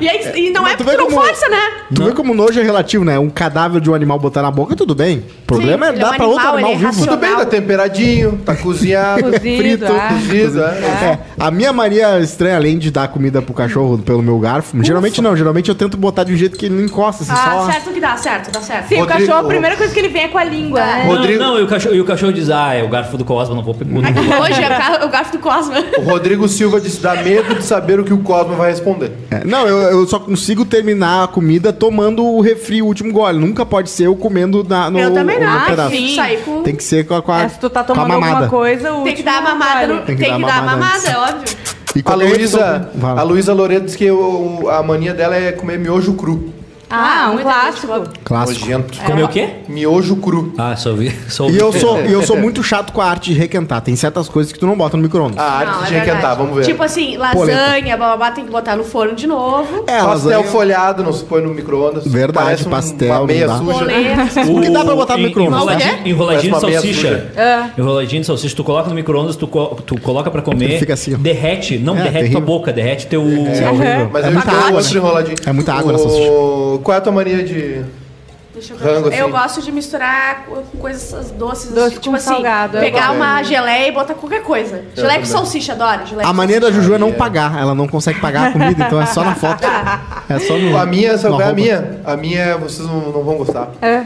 E, aí, e não
Mas
é
tu
porque
vê
tu não
como-
força, né?
Tu vê como nojo é relativo, né? Um cadáver de um animal botar na boca, tudo bem. O problema é
ele é
dar
um
pra outro
animal,
animal
ele é
vivo.
Tudo bem, tá temperadinho, tá cozinhado,
Cozido,
frito,
ah.
cozido. é.
É, a minha mania estranha, além de dar comida pro cachorro pelo meu garfo, geralmente não, geralmente eu tento botar de um jeito que ele não encosta, assim,
Ah,
só.
certo que dá, certo, dá certo.
Sim,
Rodrigo.
o cachorro, a primeira coisa que ele vem é com a língua. né?
Não,
Rodrigo-
não, e o cachorro, e o cachorro diz, ah, é o garfo do Cosmo, não vou pegar. não vou-
Hoje é o ca- o garfo do Cosma.
O Rodrigo Silva disse, dá medo de saber o que o Cosmo vai responder.
É, não, eu, eu só consigo terminar a comida tomando o refri, o último gole. Nunca pode ser eu comendo na, no,
eu também
no
não.
pedaço.
tem que sair com.
Tem que ser com a, com a-
É, se tu tá
com a
tomando alguma coisa, o
Tem que
último
dar a mamada,
vale.
no-
Tem
tem
que
que,
dar
dar a
mamada
mamada,
antes.
é óbvio.
E
A
qualquer
Luísa,
refeição- Vai lá.
a Luísa Loreto disse que o- o- a mania dela é comer miojo cru.
Ah, um
Muita
clássico.
gente gosta.
Clássico.
Nojento.
Comeu o quê?
Miojo cru.
Ah, só ouvi. Só ouvi
E eu sou, e eu sou muito chato com a arte de requentar. Tem certas coisas que tu não bota no micro-ondas.
A
Não,
arte
é
de requentar,
verdade.
vamos ver.
Tipo assim, lasanha, bababá, tem que botar no forno de novo.
É,
Ah, pastel
lasanha-
folhado, não se põe no micro-ondas.
Verdade,
Parece um-
pastel,
Uma meia
não dá.
suja.
Boleto.
O que dá pra botar no
en-
micro-ondas, tá?
Enroladinho,
né?
enroladinho de
Parece uma meia
salsicha.
É.
Enroladinho de salsicha, tu coloca no micro-ondas, tu, co- tu coloca pra comer.
Ele fica assim, ó.
derrete, não,
É,
derrete
terrível.
tua boca, derrete teu.
É horrível.
Mas
é
eu
muita
enrolo
água,
antes de
né?
enroladinho.
É muita água na
O
salsicha.
Ô, qual é a tua mania de.
Deixa eu
Rango,
ver. Eu
assim.
gosto de misturar co- coisas doces,
Doce
tipo
com
assim,
salgado, é eu
pegar
gosto.
uma geleia e botar qualquer coisa. Geleia
também.
com salsicha, adoro. Geleia
A
com
mania da Juju é não
Ah, é.
pagar. Ela não consegue pagar a comida, então é só na foto. É só no.
A minha, sabe
na
qual é a
roupa.
minha? A minha, é vocês não, não vão gostar.
É.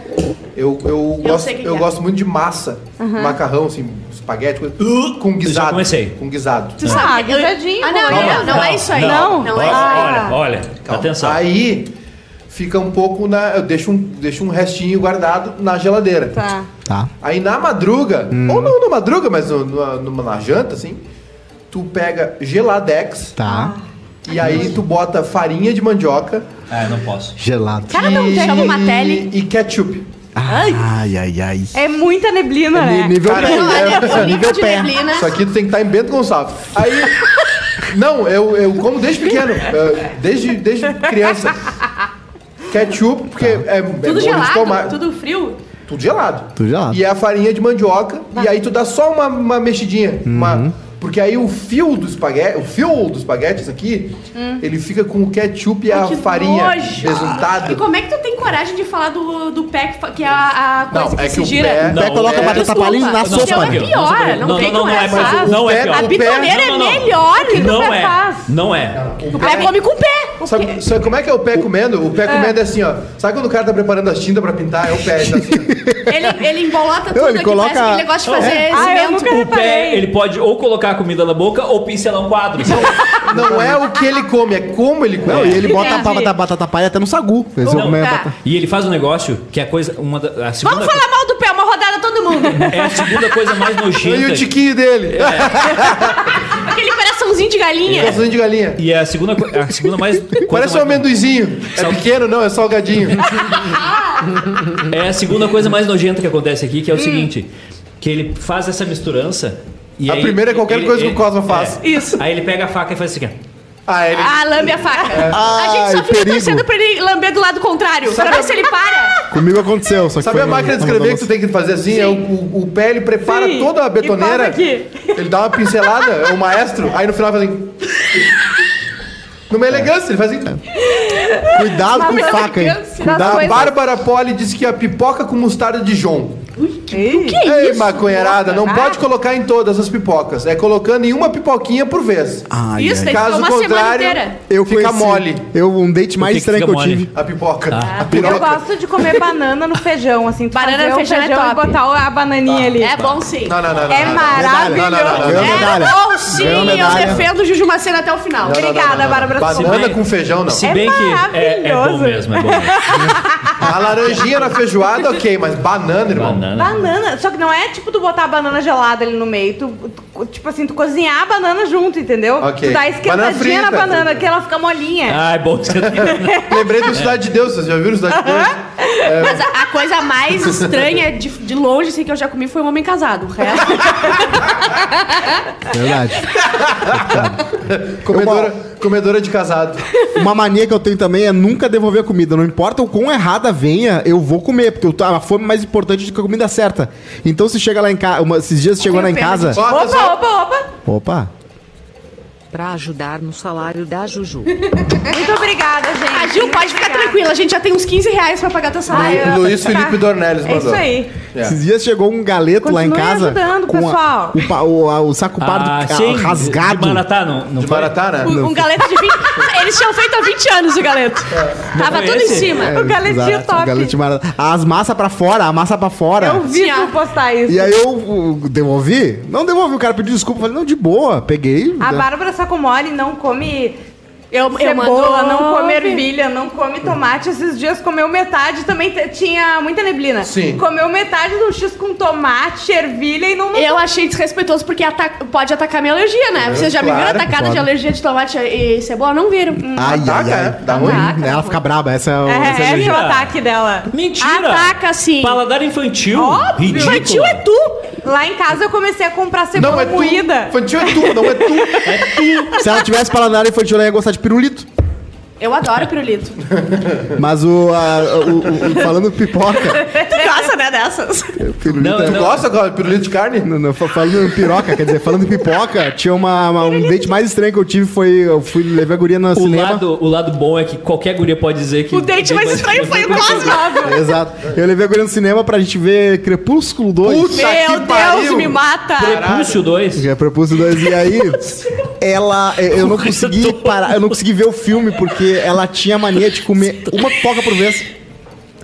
Eu, eu, gosto,
sei o que
eu
que é.
gosto muito de massa, macarrão, assim, espaguete, coisa, com guisado.
comecei.
Com guisado.
Tu sabe?
Ah, guisadinho,
Ah, não,
Calma,
não, não, é isso aí.
não.
não é isso aí.
olha, olha, olha,
Calma.
Ah,
atenção.
Aí fica um pouco na. Eu deixo um, deixo um restinho guardado na geladeira.
Tá.
Tá.
Aí na madruga,
Hum.
ou não na madruga, mas no- numa, numa- na janta, assim, tu pega geladex
Tá.
e aí tu bota farinha de mandioca.
Ah, eu não posso.
Gelado.
Cara, não
e,
um tem uma tele.
e ketchup.
Ai, ai, ai.
É muita neblina,
Ni-
né?
Nível
Cara,
pé.
é-
Olha, o nível de
pé.
neblina.
Isso aqui tu tem que estar em Bento Gonçalves. Aí. Não, eu, eu como desde pequeno. eh, Desde, desde criança. Ketchup, porque é, é bom
Tudo
de tomar.
gelado, tudo frio.
Tudo gelado.
Tá. Tudo gelado.
E é a farinha de mandioca. E aí tu dá só uma, uma mexidinha.
Uhum.
Uma, porque aí o fio do espaguete, o fio dos espaguetes aqui, ele fica com o ketchup e
Hum. Ai,
a
que
farinha
nojo.
resultado.
E como é que tu tem coragem de falar do, do pé que, fa- que é a, a coisa
Não,
que
é que
se
o
gira?
pé-
Pé coloca
é-
batata
Desculpa,
palhinha na
isso
sopa.
é
Gabriel,
pior,
não,
não
não,
tem
não, não é,
conversa.
mas o- não é
O pé-
pior.
o
A bitoneira é
Não, não, não.
melhor que
Não
o pé
é,
faz.
não é.
O
Então,
pé come com o pé. O
Sabe,
quê?
sabe como é que é o pé comendo? O pé comendo é assim, ó. Sabe quando o cara tá preparando as tintas pra pintar? É o pé. Tá assim.
Ele, ele embolota tudo
Não, ele
aqui,
coloca-
parece que ele gosta de fazer
É. Ah, eu
cimento.
nunca-
O
reparei.
pé, ele pode ou colocar a comida na boca ou pincelar um quadro. sabe?
Não é o que ele come, é como ele come.
Não, e ele bota a
Entendi.
batata, batata palha até no sagu. Eles
Não,
comem a
tá.
batata-
e ele faz um negócio que é a coisa. Uma da, a segunda,
Vamos falar mal do pé, uma rodada todo mundo.
É a segunda coisa mais
E É o
nojenta.
tiquinho dele.
Aquele coraçãozinho de galinha.
Coraçãozinho de galinha.
E é a segunda, co- a segunda mais. coisa
Parece um
mais-
amendoizinho. É
Sal-
pequeno, não, é salgadinho.
É a segunda coisa mais nojenta que acontece aqui, que é o seguinte: que ele faz essa misturança. E
A
aí-
primeira é qualquer
ele-
coisa que
ele-
o Cosma faz.
é.
Isso.
Aí ele pega a faca e faz assim. ó.
Ah, ele.
Ah, lambe a faca.
É.
a gente
Ai,
só fica
perigo.
torcendo pra ele lamber do lado contrário.
Sabe
pra
a-
ver se ele para.
é- Comigo aconteceu, só que
Sabe
foi um
a
no-
máquina de
no
escrever que
nosso-
tu tem que fazer assim? É o, o, o pé, ele prepara
Sim.
toda a
E
betoneira.
faz aqui.
Ele dá uma pincelada, é o maestro. Aí no final faz assim. Numa elegância, ele faz assim.
Cuidado com faca, hein?
Das
A
coisas-
Bárbara Poli disse que a pipoca com mostarda de João.
Ei.
é
Ei, maconheirada, não
Ah.
pode colocar em todas as pipocas. É colocando em uma pipoquinha por vez.
Ai,
Isso,
ai.
daí ficou
Caso
uma semana
contrário,
inteira.
Ah, é- Eu
fica
conheci- Tá.
mole
Eu, um date mais
que
estranho que
fica
eu
mole?
tive.
a pipoca. A
Eu
piroca.
gosto de comer banana no feijão, assim. tu
Banana
fazer
no
o
feijão é
e
top.
botar o- a bananinha ali.
É bom sim.
Tá. Não, não, não. não,
É
não, não.
maravilhoso.
Não, não, não, não,
Ganhou
não.
medalha.
É bom sim,
Ganhou
eu
medalha.
defendo o Juju Macena até o final.
Não, não, não,
Obrigada,
não, não.
Bárbara
Banana com feijão, não.
Se bem que. É, é bom
maravilhoso.
mesmo, é bom mesmo.
A laranjinha na feijoada, ok, mas banana, irmão.
Banana.
Banana, só que não é tipo tu botar a banana gelada ali no meio. Tu, tu- tipo assim, tu cozinhar a banana junto, entendeu?
Ok.
Tu dá a
Banana
esquentadinha
frita.
na banana, que ela fica molinha.
Ah, é bom.
Lembrei
É.
do Cidade de Deus, vocês já viram o Cidade de Deus?
Mas a, a coisa mais estranha de, de longe assim, que eu já comi foi um homem casado. O resto.
Verdade.
Comedora, comedora de casado.
Uma mania que eu tenho também é nunca devolver a comida. Não importa o quão errada venha, eu vou comer, porque eu tô, a fome é mais importante do que a comida certa. Então se chega lá em casa, esses dias chegou lá em
tenho pena
casa.
de
Ó,
Opa,
pessoal,
opa, opa.
Opa!
Pra ajudar no salário da Juju.
Muito obrigada, gente.
É. A Ah, Gil pode ficar
Obrigada.
tranquila, a gente já tem uns 15 reais pra pagar teu salário.
Ai,
Luiz
tá.
Felipe Dornelles
É
mandou.
isso aí.
É.
Esses dias chegou um galeto lá em
Continue
casa.
ajudando,
com a-
pessoal.
o pa- o, a- o saco pardo
Ah,
ca-
sim,
rasgado.
De Maratá, não, não
De
foi?
Maratá, né?
Um, um galeto de 20. Eles tinham feito há 20 anos o galeto. Tava
foi
tudo
esse?
em cima.
É,
O galetinho
exato,
top.
o galetinho Maratá. As massas pra fora, a massa pra fora.
Eu vi
Sim, Assim, ó.
tu É um postar isso.
E aí eu uh, devolvi? Não devolvi, o cara pediu desculpa. Eu Falei, não, de boa, peguei.
A
né?
Bárbara Sacomoli não come
Eu, eu
cebola,
mando-
não come ervilha, não come tomate. Esses dias comeu metade, também te- tinha muita neblina.
Sim.
Comeu metade do X com tomate, ervilha e
É.
não...
Eu achei desrespeitoso porque ata- pode atacar minha alergia, né? Vocês já me
claro,
viram atacada
pode.
de alergia de tomate e cebola? Não viram. Hum,
Ai, ai,
Ataca,
ai.
é? Dá ruim?
Hum, Ela fica braba, essa é, o-
É,
essa é a
esse é o
mentira.
ataque dela.
Mentira!
Ataca, sim.
Paladar infantil.
Óbvio.
Ridículo.
Infantil é tu! Lá em casa eu comecei a comprar
Não
cebola
é tu.
moída.
Infantil é tu, não é tu.
Se ela tivesse paladar infantil, ela ia gostar de pirulito.
Eu adoro pirulito.
Mas o, a- o- o- o- falando pipoca,
Tu gosta, né?
era dessas.
Pirulito
Não,
é-
Tu gosta, cara, de pirulito de carne?
Não, não, fa- falando em piroca, quer dizer, falando em pipoca, tinha uma, uma- um date mais estranho que eu tive, foi, eu fui, levei a guria no
O
cinema.
lado, o lado bom é que qualquer guria pode dizer que.
O date mais estranho foi o Cosmo.
Exato. Eu levei a guria no cinema pra gente ver Crepúsculo 2.
Puta que
Meu Deus,
pariu.
me mata.
Prepúcio 2.
Já propus dois. E aí, ela. Eu eu não consegui parar, eu não consegui ver o filme, porque ela tinha a mania de comer uma pipoca por vez.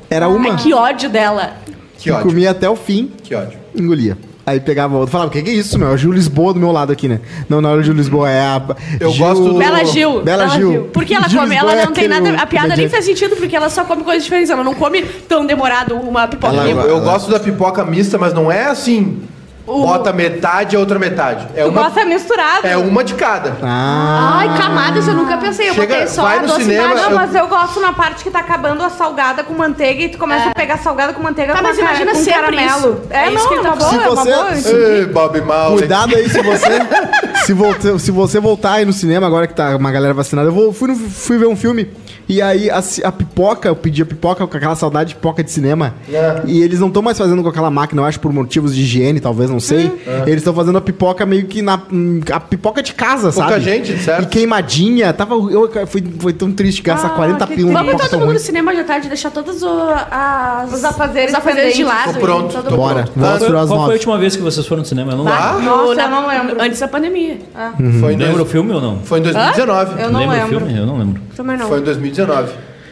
Era uma.
Ai, que ódio dela.
Que
E
ódio.
comia até o fim,
Que ódio.
engolia. Aí pegava outra. Falava, o que, que é isso, meu? É o Gil Lisboa do meu lado aqui, né? Não, não é o Gil Lisboa, é a.
Eu gosto do-
Bela Gil.
Bela Gil.
Porque ela
Gil
come,
Lisboa
ela
é
não tem
aquele-
nada. A piada nem faz sentido, porque ela só come coisas diferentes. Ela não come tão demorado uma
Ela-
pipoquinha.
Eu, eu gosto da pipoca mista, mas não é assim.
O-
Bota metade e a outra metade. É
Tu
uma,
gosta misturado.
é uma de cada.
Ah,
Ai, camadas eu nunca pensei. Eu
Chega-
botei só
vai
a
no
doce
cinema,
embaixo.
Não,
eu-
mas eu gosto na parte que tá acabando a salgada com manteiga e tu começa a pegar a salgada com manteiga
É. Tá,
com,
mas
a ca-
imagina
com
sempre
caramelo.
isso.
É,
É isso que
não, é
ele tá
uma boa,
falando.
é uma
Se
boa.
você-
Ei, Bob Mal.
Cuidado aí se você. se, volta, se você voltar aí no cinema, agora que tá uma galera vacinada, eu vou, fui, no- fui ver um filme. E aí a, ci- a pipoca, eu pedi a pipoca com aquela saudade de pipoca de cinema.
É.
E eles não estão mais fazendo com aquela máquina, eu acho, por motivos de higiene, talvez, não sei. Eles estão fazendo a pipoca meio que na. hum, A pipoca de casa,
Pouca
sabe?
gente, certo.
E queimadinha. Tava, eu, foi, foi tão triste gastar 40 pila numa
Ah, Vamos
pipoca
todo
tão
mundo
ruim.
no cinema de tarde, deixar todos o- as,
Os afazeres
os de
pendentes.
lado.
Tô pronto, Tá?
Todo
tô
mundo.
Bora,
pronto.
vamos tirar
Qual
as
foi a
nove.
última vez que vocês foram no cinema? Eu não
Ah,
lembro.
Nossa,
na-
eu não lembro. Ah.
Antes da pandemia.
Foi em,
Uhum. Lembra o
dois,
filme ou não?
foi em 2019.
Eu não
Lembra o
lembro.
filme? Eu não lembro.
Também não.
Foi em 2019.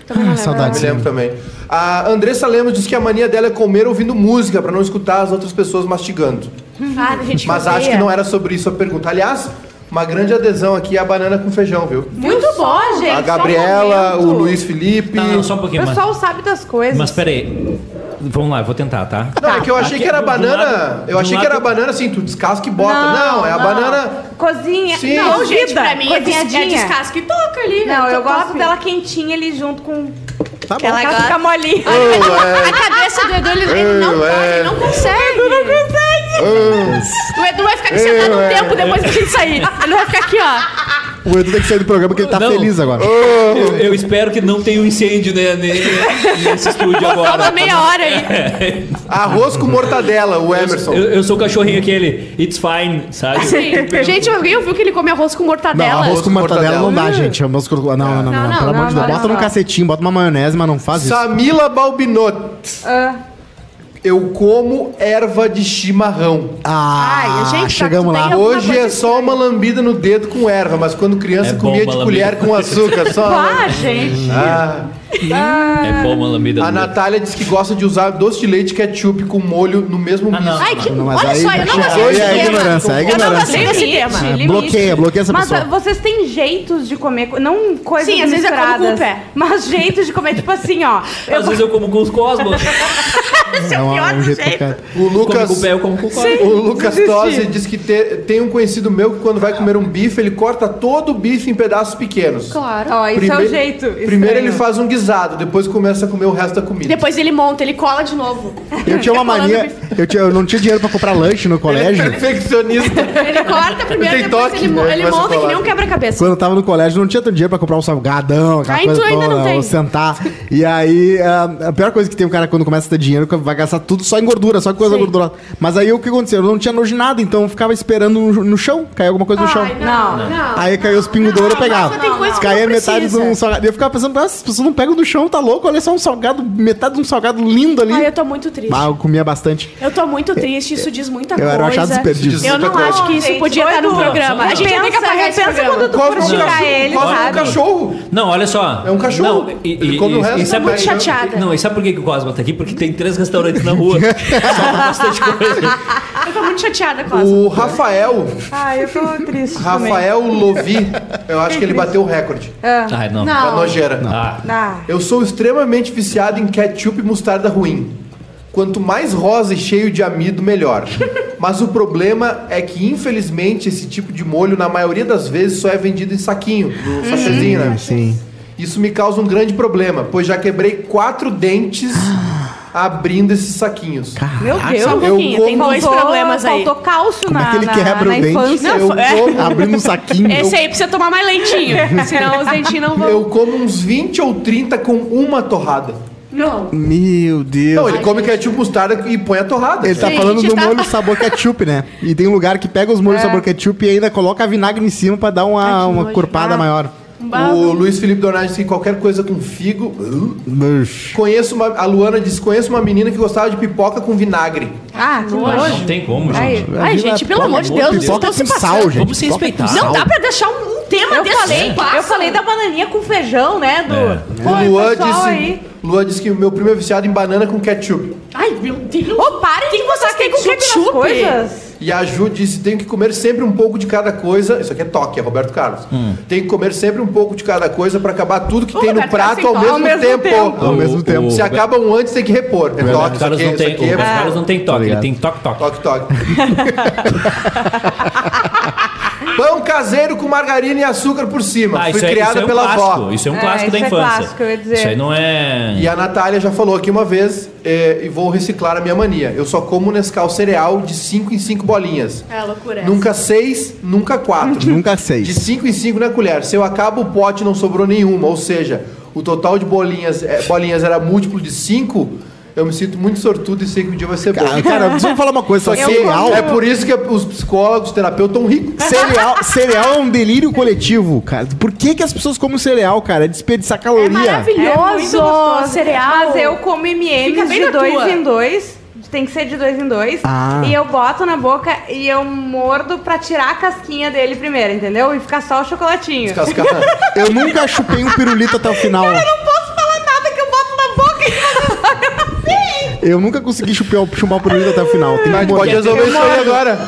Também não lembro.
Ah, saudades.
Me lembro também. A Andressa Lemos diz que a mania dela é comer ouvindo música pra não escutar as outras pessoas mastigando.
Ah, gente,
Hum. Mas acho que não era sobre isso a pergunta. Aliás, uma grande adesão aqui é a banana com feijão, viu?
Muito bom, gente.
a
só um
Gabriela, o
momento.
Luiz Felipe.
Não, não, só um
O
pouquinho. mas-
pessoal sabe das coisas.
Mas peraí. Vamos lá, eu vou tentar, tá?
Não, é que eu achei
Aqui,
que era
do
banana.
lado-
eu
do
achei
lado-
que era banana assim, tu descasca e bota. Não, é a banana.
Ah, Cozinha.
Sim.
Não,
Não, gente,
vida,
pra mim é, des é
cozinhadinha.
descasca e toca ali.
Não, eu
Top.
gosto dela quentinha ali junto com.
Tá bom.
Ela,
gosta-
fica molinha.
é.
A cabeça do Edu, ele, ele não
Eu,
pode,
é.
ele não consegue. Edu não consegue. O Edu vai ficar aqui sentado
é.
um tempo depois que a gente sair. Ele vai ficar aqui, ó.
O Edu tem que sair do programa porque ele tá
Não.
feliz agora.
Eu, eu espero que não tenha um incêndio né, ne- nesse estúdio
Só uma
agora.
meia hora ali.
Arroz com mortadela, o Emerson.
Eu, eu sou o cachorrinho aquele, it's fine, sabe?
Gente, alguém ouviu que ele come arroz com
Não,
mortadela?
arroz com mortadela não dá,
Hum.
gente. Arroz com... Não, não, não, não,
Não, não,
Pelo amor
não,
de Deus.
não,
Bota
não,
num
não.
cacetinho, bota uma maionese, mas não faz isso.
Samila Balbinot. Eu como erva de chimarrão.
Ah,
Ai, gente, tá
chegamos
tudo
lá.
bem, Alguma
Hoje
coisa
é só uma lambida no dedo com erva, mas quando criança
É bom
comia
uma
de
lambida.
colher com açúcar. Só
Ah, gente.
Ah.
É bom uma lambida.
A
no-
Natália diz que gosta de usar doce de leite ketchup com molho no mesmo
Ah, não.
misto.
Ai, que,
Não, mas
olha
aí-
só, eu não gostei
aí
desse
é
tema.
ignorância, é
Eu não
ignorância.
gostei desse tema.
limite.
bloqueia, bloqueia essa
mas
pessoa.
ah, vocês têm jeitos de comer, co- não coisas
Sim, às vezes eu como
misturadas,
com o pé.
Mas jeitos de comer, tipo assim, ó. Eu
Às vezes eu como com os cosmos.
É um- é um jeito complicado.
O
Como
Lucas,
com o pé, eu como com o cosmos.
o Lucas Tosi diz que te- tem um conhecido meu que quando vai comer um bife, ele corta todo o bife em pedaços pequenos.
Claro.
Ó, isso é o
Primeiro-
jeito.
Primeiro
estranho.
ele faz um guisado, depois começa a comer o resto da comida.
Depois ele monta, ele cola de novo.
Eu tinha uma
Fica colando
mania. Eu, tinha- eu não tinha dinheiro pra comprar lanche no
Ele é
colégio.
perfeccionista.
Ele corta primeiro,
Tem
depois
toque,
ele, mo-
né?
ele
Começa a
monta que
colar.
nem um quebra-cabeça.
Quando eu tava no colégio, não tinha tanto dinheiro pra comprar um salgadão, aquela
Ah,
coisa
então ainda
toda,
não tem.
ou sentar. E aí, ah, a pior coisa que tem o cara quando começa a ter dinheiro, que vai gastar tudo só em gordura, só em coisa gordurosa. Mas aí o que aconteceu? Eu não tinha nojo de nada, então eu ficava esperando no, no chão, cair alguma coisa no chão.
Ai, não, não.
Aí caiu os pingos d'ouro, eu pegava.
mas tem coisa que
Caía
não
metade de
precisa.
um salgado. E eu ficava pensando, "Ah, essas pessoas não pegam do chão, tá louco? Olha só um salgado, metade de um salgado lindo ali.
Ai, eu tô muito triste.
Ah, eu comia bastante.
Eu tô muito triste, isso diz muita
eu
coisa.
era um achado desperdício.
Eu não
Muita
acho que isso
Gente,
podia
foi
estar no
duro.
programa. A gente
Pensa,
tem que apagar esse
repensa
programa.
quando tu for tirar ele,
come um
sabe?
cachorro.
Não, olha só.
É um cachorro.
Não, e,
Ele
e-
come o
e-
resto
e
da
sabe
Muito
Mas eu-
chateada.
Não, e sabe por que, que o Cosma tá aqui? Porque tem três restaurantes na rua. Sobra bastante coisa.
Eu tô muito chateada, Cosmo.
O Rafael,
Ai, eu tô triste também. É.
Rafael Lovi, eu acho que ele bateu o recorde
Ai, não.
da
Não.
nojeira.
Ah,
Ah,
Eu sou extremamente viciado em ketchup e mostarda ruim. Quanto mais rosa e cheio de amido, melhor. Mas o problema é que, infelizmente, esse tipo de molho, na maioria das vezes, só é vendido em saquinho, no sachêzinho, né?
Hum. Sim.
Isso me causa um grande problema, pois já quebrei quatro dentes abrindo esses saquinhos.
meu Deus.
Só um pouquinho,
eu
tem dois
Faltou-
problemas aí.
Faltou cálcio
Como é
na,
que ele
na,
quebra
na
o dente?
infância. é,
Eu como,
Abrindo um saquinho.
é. Esse aí precisa tomar mais lentinho, senão os dentinhos não vão...
eu como uns 20 ou 30 com uma torrada.
Não.
Meu Deus.
Não, ele come ketchup, mostarda e põe a torrada.
Ele tá
Gente,
falando do
tá- É.
molho sabor ketchup, né? E tem um lugar que pega os molhos sabor ketchup e ainda coloca vinagre em cima pra dar uma,
Ai, que
uma
nojo.
corpada
Ah.
maior.
O Luiz Felipe Donati disse que qualquer coisa com figo. Uh,
Ux.
Conheço uma, a Luana disse: conheço uma menina que gostava de pipoca com vinagre.
Ah, que
Não,
nojo.
tem como,
Aí.
gente.
Ai, gente, pelo amor de Deus, vocês
Pipoca
estão se
com sal,
passando.
gente.
Vamos se
Pipoca
respeitar.
com
Não
sal.
dá pra deixar um, um tema
Eu
desse
falei,
sem passo.
eu falei da bananinha com feijão, né? Do...
É.
Pô,
o Luan
pessoal
disse,
aí.
Luan disse que o meu primo é viciado em banana com ketchup.
Ai, meu Deus.
Ô, parem
que
de botar
vocês têm com
ketchup nas
ketchup?
coisas.
E a Ju disse: tenho que comer sempre um pouco de cada coisa. Isso aqui é toque, é Roberto Carlos.
Hum.
Tem que comer sempre um pouco de cada coisa pra acabar tudo que
O
tem no
Roberto Carlos
prato
tem
ao
toque.
mesmo,
Ao mesmo
tempo.
tempo.
Ao mesmo tempo.
Se
Roberto-
acaba um antes, tem que repor. É
O
toque,
Roberto
isso
Carlos
aqui,
não
isso
tem- o
aqui
Roberto
é
Carlos não tem toque, ele
Obrigado.
tem toque-toque.
Toque, toque. Pão caseiro com margarina e açúcar por cima.
Ah,
Fui
isso é,
criada
isso é um
pela
clássico.
avó.
Isso é um
É,
clássico da
isso é
infância.
clássico, eu ia dizer.
Isso aí não é.
E a Natália já falou aqui uma vez, eh, e vou reciclar a minha mania. Eu só como Nescau cereal de 5 em 5 bolinhas.
É, loucura essa.
Nunca 6, nunca 4.
Nunca seis.
De 5 em 5 na colher. Se eu acabo o pote, não sobrou nenhuma. Ou seja, o total de bolinhas, eh, bolinhas era múltiplo de 5. Eu me sinto muito sortudo e sei que um dia vai ser bom.
Cara, cara, deixa eu falar uma coisa. Só
Só que
cereal,
é por isso que os psicólogos, os terapeutas estão ricos.
cereal, cereal é um delírio coletivo, cara. Por que, que as pessoas comem cereal, cara? É desperdiçar caloria.
É maravilhoso. cereal.
Mas eu como
Fica
M&M's
bem
de
na
dois
tua.
em dois. Tem que ser de dois em dois.
Ah.
E eu boto na boca e eu mordo pra tirar a casquinha dele primeiro, entendeu? E ficar só o chocolatinho.
Descascar.
Eu nunca chupei um pirulito até o final.
Não posso falar nada que eu boto na Assim. boca e
Eu nunca consegui chupar, o- chupar o pirulito até o final. Tem
Mas
que
pode
morrer.
resolver isso aí agora.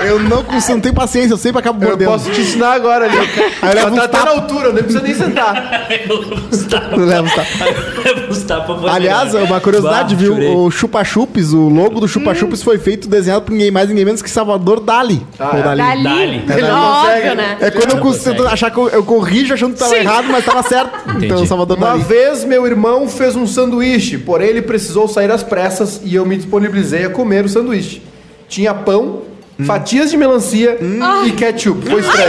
Eu não, cons- não tenho paciência, eu sempre acabo
Eu
mordendo.
posso te ensinar agora ali.
Aí leva
Ela
uns
tá até
tapa.
na altura, nem precisa nem sentar.
Eu levo os tapas.
Eu levo, tá.
Eu levo os tapas pra
Aliás, é
virar.
uma curiosidade,
Bah,
viu?
chorei.
O Chupa Chups, o logo do Chupa
Hum.
Chups foi feito, desenhado por ninguém mais, ninguém menos que Salvador Dali.
Ah,
Ou
é.
Dali.
Dali.
Dali.
Ele
Não,
não consegue.
óbvio, né?
É quando eu
Não
cons-
consegue.
tento achar que eu, eu corrijo achando que tava
Sim.
errado, mas tava certo. Então,
Entendi.
Salvador
Uma
Dali.
vez meu irmão fez um sanduíche, porém ele precisou sair às pressas e eu me disponibilizei a comer o sanduíche. Tinha pão, fatias de melancia e ketchup. Foi estranho.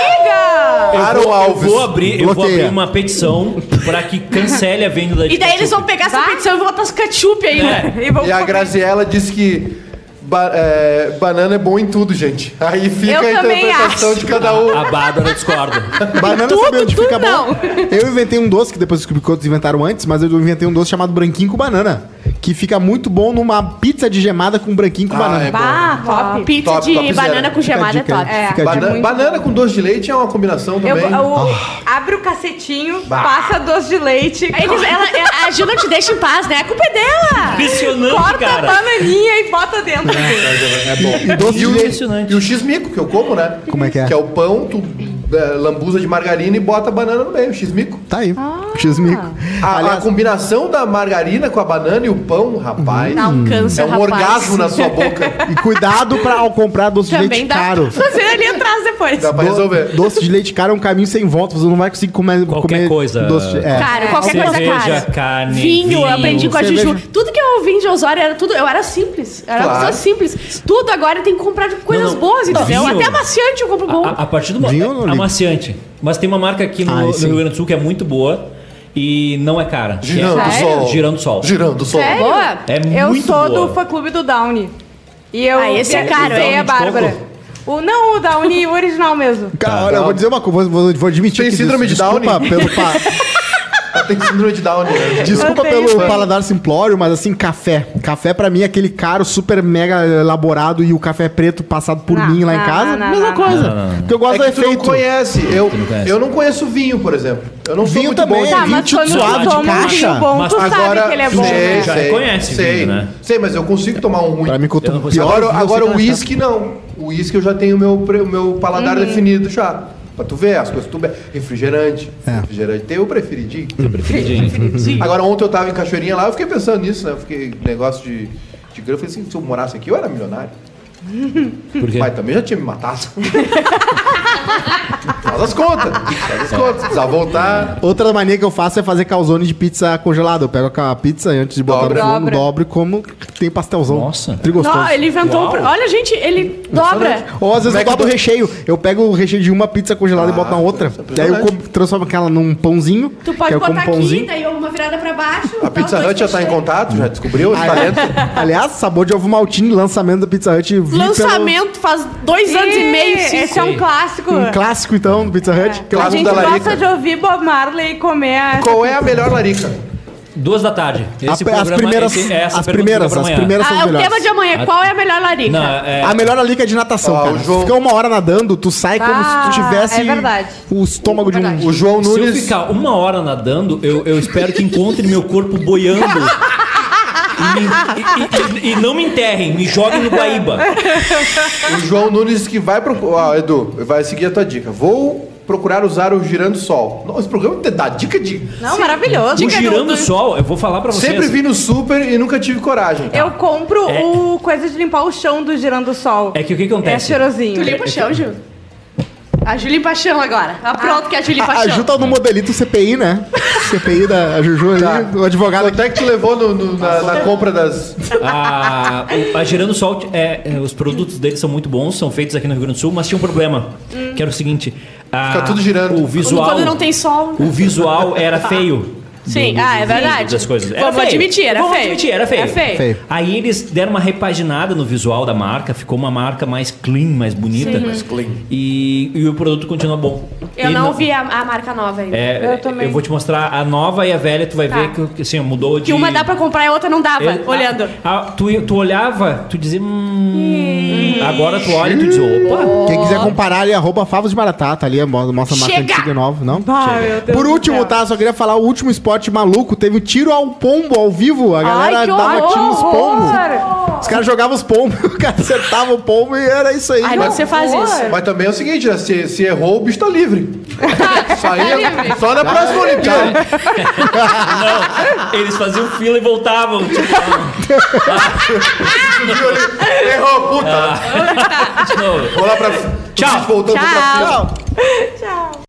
chega!
Eu
Aaron
vou, eu
Alves.
vou abrir, eu vou
Bloqueia.
abrir uma petição pra que cancele a venda de
E daí eles vão
ketchup.
pegar essa
Vai.
petição e vão botar os ketchup aí. né?
É.
E vamos
E a
comer.
Graziella disse que ba- é, banana é bom em tudo, gente. Aí fica
Eu
a
também
interpretação
acho.
de cada um.
A Bárbara discorda.
Banana
Tudo,
sabe onde
tudo
fica
não.
bom. Eu inventei um doce que depois os outros inventaram antes, mas eu inventei um doce chamado branquinho com banana, que fica muito bom numa pizza de gemada com branquinho com
Ah,
banana.
é bom.
Bah,
Ó,
top.
Pizza
Top,
de
top zero.
banana com
Fica a
gemada é
dica aí,
top.
É.
fica a
Bana-
dica.
banana com doce de leite é uma combinação
Eu, é
também.
eu-
Ah.
abre o cacetinho, passa doce de leite,
É. Eles- ela- a Ju não te deixa em paz, né? A culpa é dela.
Impressionante,
corta a
cara.
bananinha e bota dentro.
É bom.
E doce
E o,
de
Impressionante.
e o x-mico, que eu como, né?
Como é que é?
Que é o pão, tu é, lambuza de margarina e bota a banana no meio, x-mico.
Tá aí. X-mico.
A,
Aliás,
a combinação da margarina com a banana e o pão, rapaz,
Dá um câncer,
é um
rapaz.
orgasmo na sua boca.
E cuidado pra ao comprar doce de
Também
leite
dá.
caro.
Você ali atrás depois.
Dá pra
Do-
resolver.
Doce de leite caro é um caminho sem volta. Você não vai conseguir comer
Qualquer
comer
coisa.
Doce de, é.
Cara,
É.
qualquer coisa
Cerveja,
cara.
carne,
vinho, eu
vinho.
aprendi com a
Cerveja.
Juju. Tudo que eu ouvi de Osório era tudo. Eu era simples. Eu era uma
Claro.
pessoa simples. Tudo agora tem que comprar de coisas
Não, não.
boas, entendeu?
Vinho.
Até maciante eu compro bom.
A, a partir do
Vinho ou não
momento.
liga?
Amaciante. Mas tem uma marca aqui no,
Ah,
no
sim.
Rio Grande do Sul que é muito boa e não é cara. que
Girando
é,
o sol.
Girando sol.
Girando o sol.
Sério?
Boa?
É
eu
muito
sou
boa.
do fã clube do Downy. E eu
Ah, esse é caro,
sei
hein?
a Bárbara. O, não, o Downy o original mesmo.
Cara, olha, eu vou dizer uma coisa, vou, vou- vou admitir
Tem
que
síndrome de
desculpa
Down?
pelo pa-
Tem síndrome de Down. Né?
desculpa
Eu tenho,
pelo
sim.
paladar simplório, mas assim, café. Café pra mim é aquele caro, super mega eh, elaborado e o café é preto passado por
Não,
mim lá em
não,
casa.
não, não,
mesma
não,
coisa. Porque eu
É
gosto
que
do
tu não
efeito.
conhece. Eu,
não conhece.
eu não conheço vinho, por exemplo. Eu não sou
Vinho
muito
também.
bom em
Tá,
vinho.
mas
vinho
quando
suave de
tu toma um
caixa,
vinho bom,
mas
tu sabe
Agora,
que ele é bom,
sei,
né?
Já
sei,
reconhece
sei,
vinho, né?
Sei, mas eu consigo tomar um ruim.
Pra mim, quanto
Eu não consigo.
pior,
Agora, agora o
eu sei que
uísque não. O uísque eu já tenho o meu, pre- o meu paladar
Uhum.
definido já. Pra tu ver, as coisas tu bebe. Refrigerante.
É.
Refrigerante tem o preferidinho. Agora ontem eu tava em Cachoeirinha lá, eu fiquei pensando nisso, né? Eu fiquei negócio de. de grana. Eu falei assim, se eu morasse aqui, eu era milionário.
Porque
Mas também já tinha me matado. Fala Faz as contas. Faz as contas. Precisar voltar.
Outra mania que eu faço é fazer calzone de pizza congelada. Eu pego a pizza e antes de botar no
Dobra.
forno,
Dobra.
dobro e como tem pastelzão.
Nossa.
Trigostoso.
Não, ele inventou. um pro- Olha, gente, ele dobra.
Ou às vezes eu
Mac
dobro o
do-
recheio. Eu pego o recheio de uma pizza congelada
Ah,
e boto na outra. E aí eu
impressionante.
co- transformo aquela num pãozinho.
Tu
que é
pode
eu como
botar
né?
aqui, daí uma virada pra baixo.
A Pizza Hut já tá em contato, já descobriu os
Ah,
talentos.
é. Aliás, sabor de ovo maltine, lançamento da Pizza Hut. vi pelo-
Lançamento faz dois anos e meio. cinco.
Esse é um clássico.
Um clássico, então, do Pizza
É.
Hut. Que eu-
A
Clássico da
gente
larica.
gosta de ouvir Bob Marley e comer a...
Qual é a melhor larica?
Duas da tarde.
A-
Esse
as
programa-
primeiras,
esse- essa
as
pergunta
primeiras,
fica pra
as
amanhã.
primeiras são
Ah,
as
é o
melhores.
tema de amanhã. Qual é a melhor larica?
Não, é-
A melhor ali que é de natação,
Ó,
cara.
o João-
Fica uma hora nadando, tu sai como se
Ah,
tu tivesse
é verdade.
o estômago de um...
O João
Se eu
Nunes.
ficar uma hora nadando, eu, eu espero que encontre meu corpo boiando. E, me- e- e- e não me enterrem, me joguem no Guaíba.
O João Nunes que vai procurar. Ah, Edu, vai seguir a tua dica. Vou procurar usar o Girando Sol. Nossa, esse programa te dá dica de.
Não, maravilhoso.
O girando sol, eu vou falar pra vocês.
Sempre vi no super e nunca tive coragem.
Eu compro
É.
o coisa de limpar o chão do Girando Sol.
É que o que
É
acontece?
Tu
cheirosinho.
limpa o chão, Ju? A Ju limpa chão agora. Tá pronto que a Ju limpa
A, a Ju
chão.
tá no modelito CPI, né? CPI da a Juju ali,
Tá.
o advogado aqui.
Quanto é que tu levou no- no- na, na compra das.
A, o- a Girando Sol, é, é, os produtos deles são muito bons, são feitos aqui no Rio Grande do Sul, mas tinha um problema, que era o seguinte... a-
Fica tudo girando.
O visual...
Quando não tem sol. né?
O visual era feio.
Sim,
Do-
ah, é
do-
verdade.
Das coisas.
Vamos admitir, era
Vamos
feio.
admitir, era feio.
É feio.
Feio.
Aí eles deram uma repaginada no visual da marca, ficou uma marca mais clean, mais bonita. Mais clean. E, e o produto continua bom.
Eu
E
não vi a, a marca nova ainda.
É,
Eu também.
vou te mostrar a nova e a velha, tu vai
Tá.
ver que assim, mudou de.
Que uma dá pra comprar e a outra não dava,
É,
olhando.
a- a- tu, tu olhava, tu dizia. Hum, agora tu olha e tu diz, opa!
Quem quiser comparar ali, arroba favos de Maratá, tá ali, mo- mostra a marca
Chega!
antiga e nova, não?
Ah, meu Deus
Por
do
último,
céu.
tá? Só queria falar o último esporte maluco. Teve o tiro ao pombo ao vivo. A galera
Ai, que
dava
horror!
tiro nos pombos. Os caras jogavam os pombos, o cara acertava o pombo e era isso aí. né?
Ai, não, você faz
horror.
isso.
Mas também é o seguinte, né? Se, se errou, o bicho tá livre. Isso aí é só na próxima Olimpíada.
Não, eles faziam fila e voltavam. Tipo,
Errou, puta.
de novo.
Vou lá pra.
Tchau.
Voltando pra
Tchau.
final.
Tchau.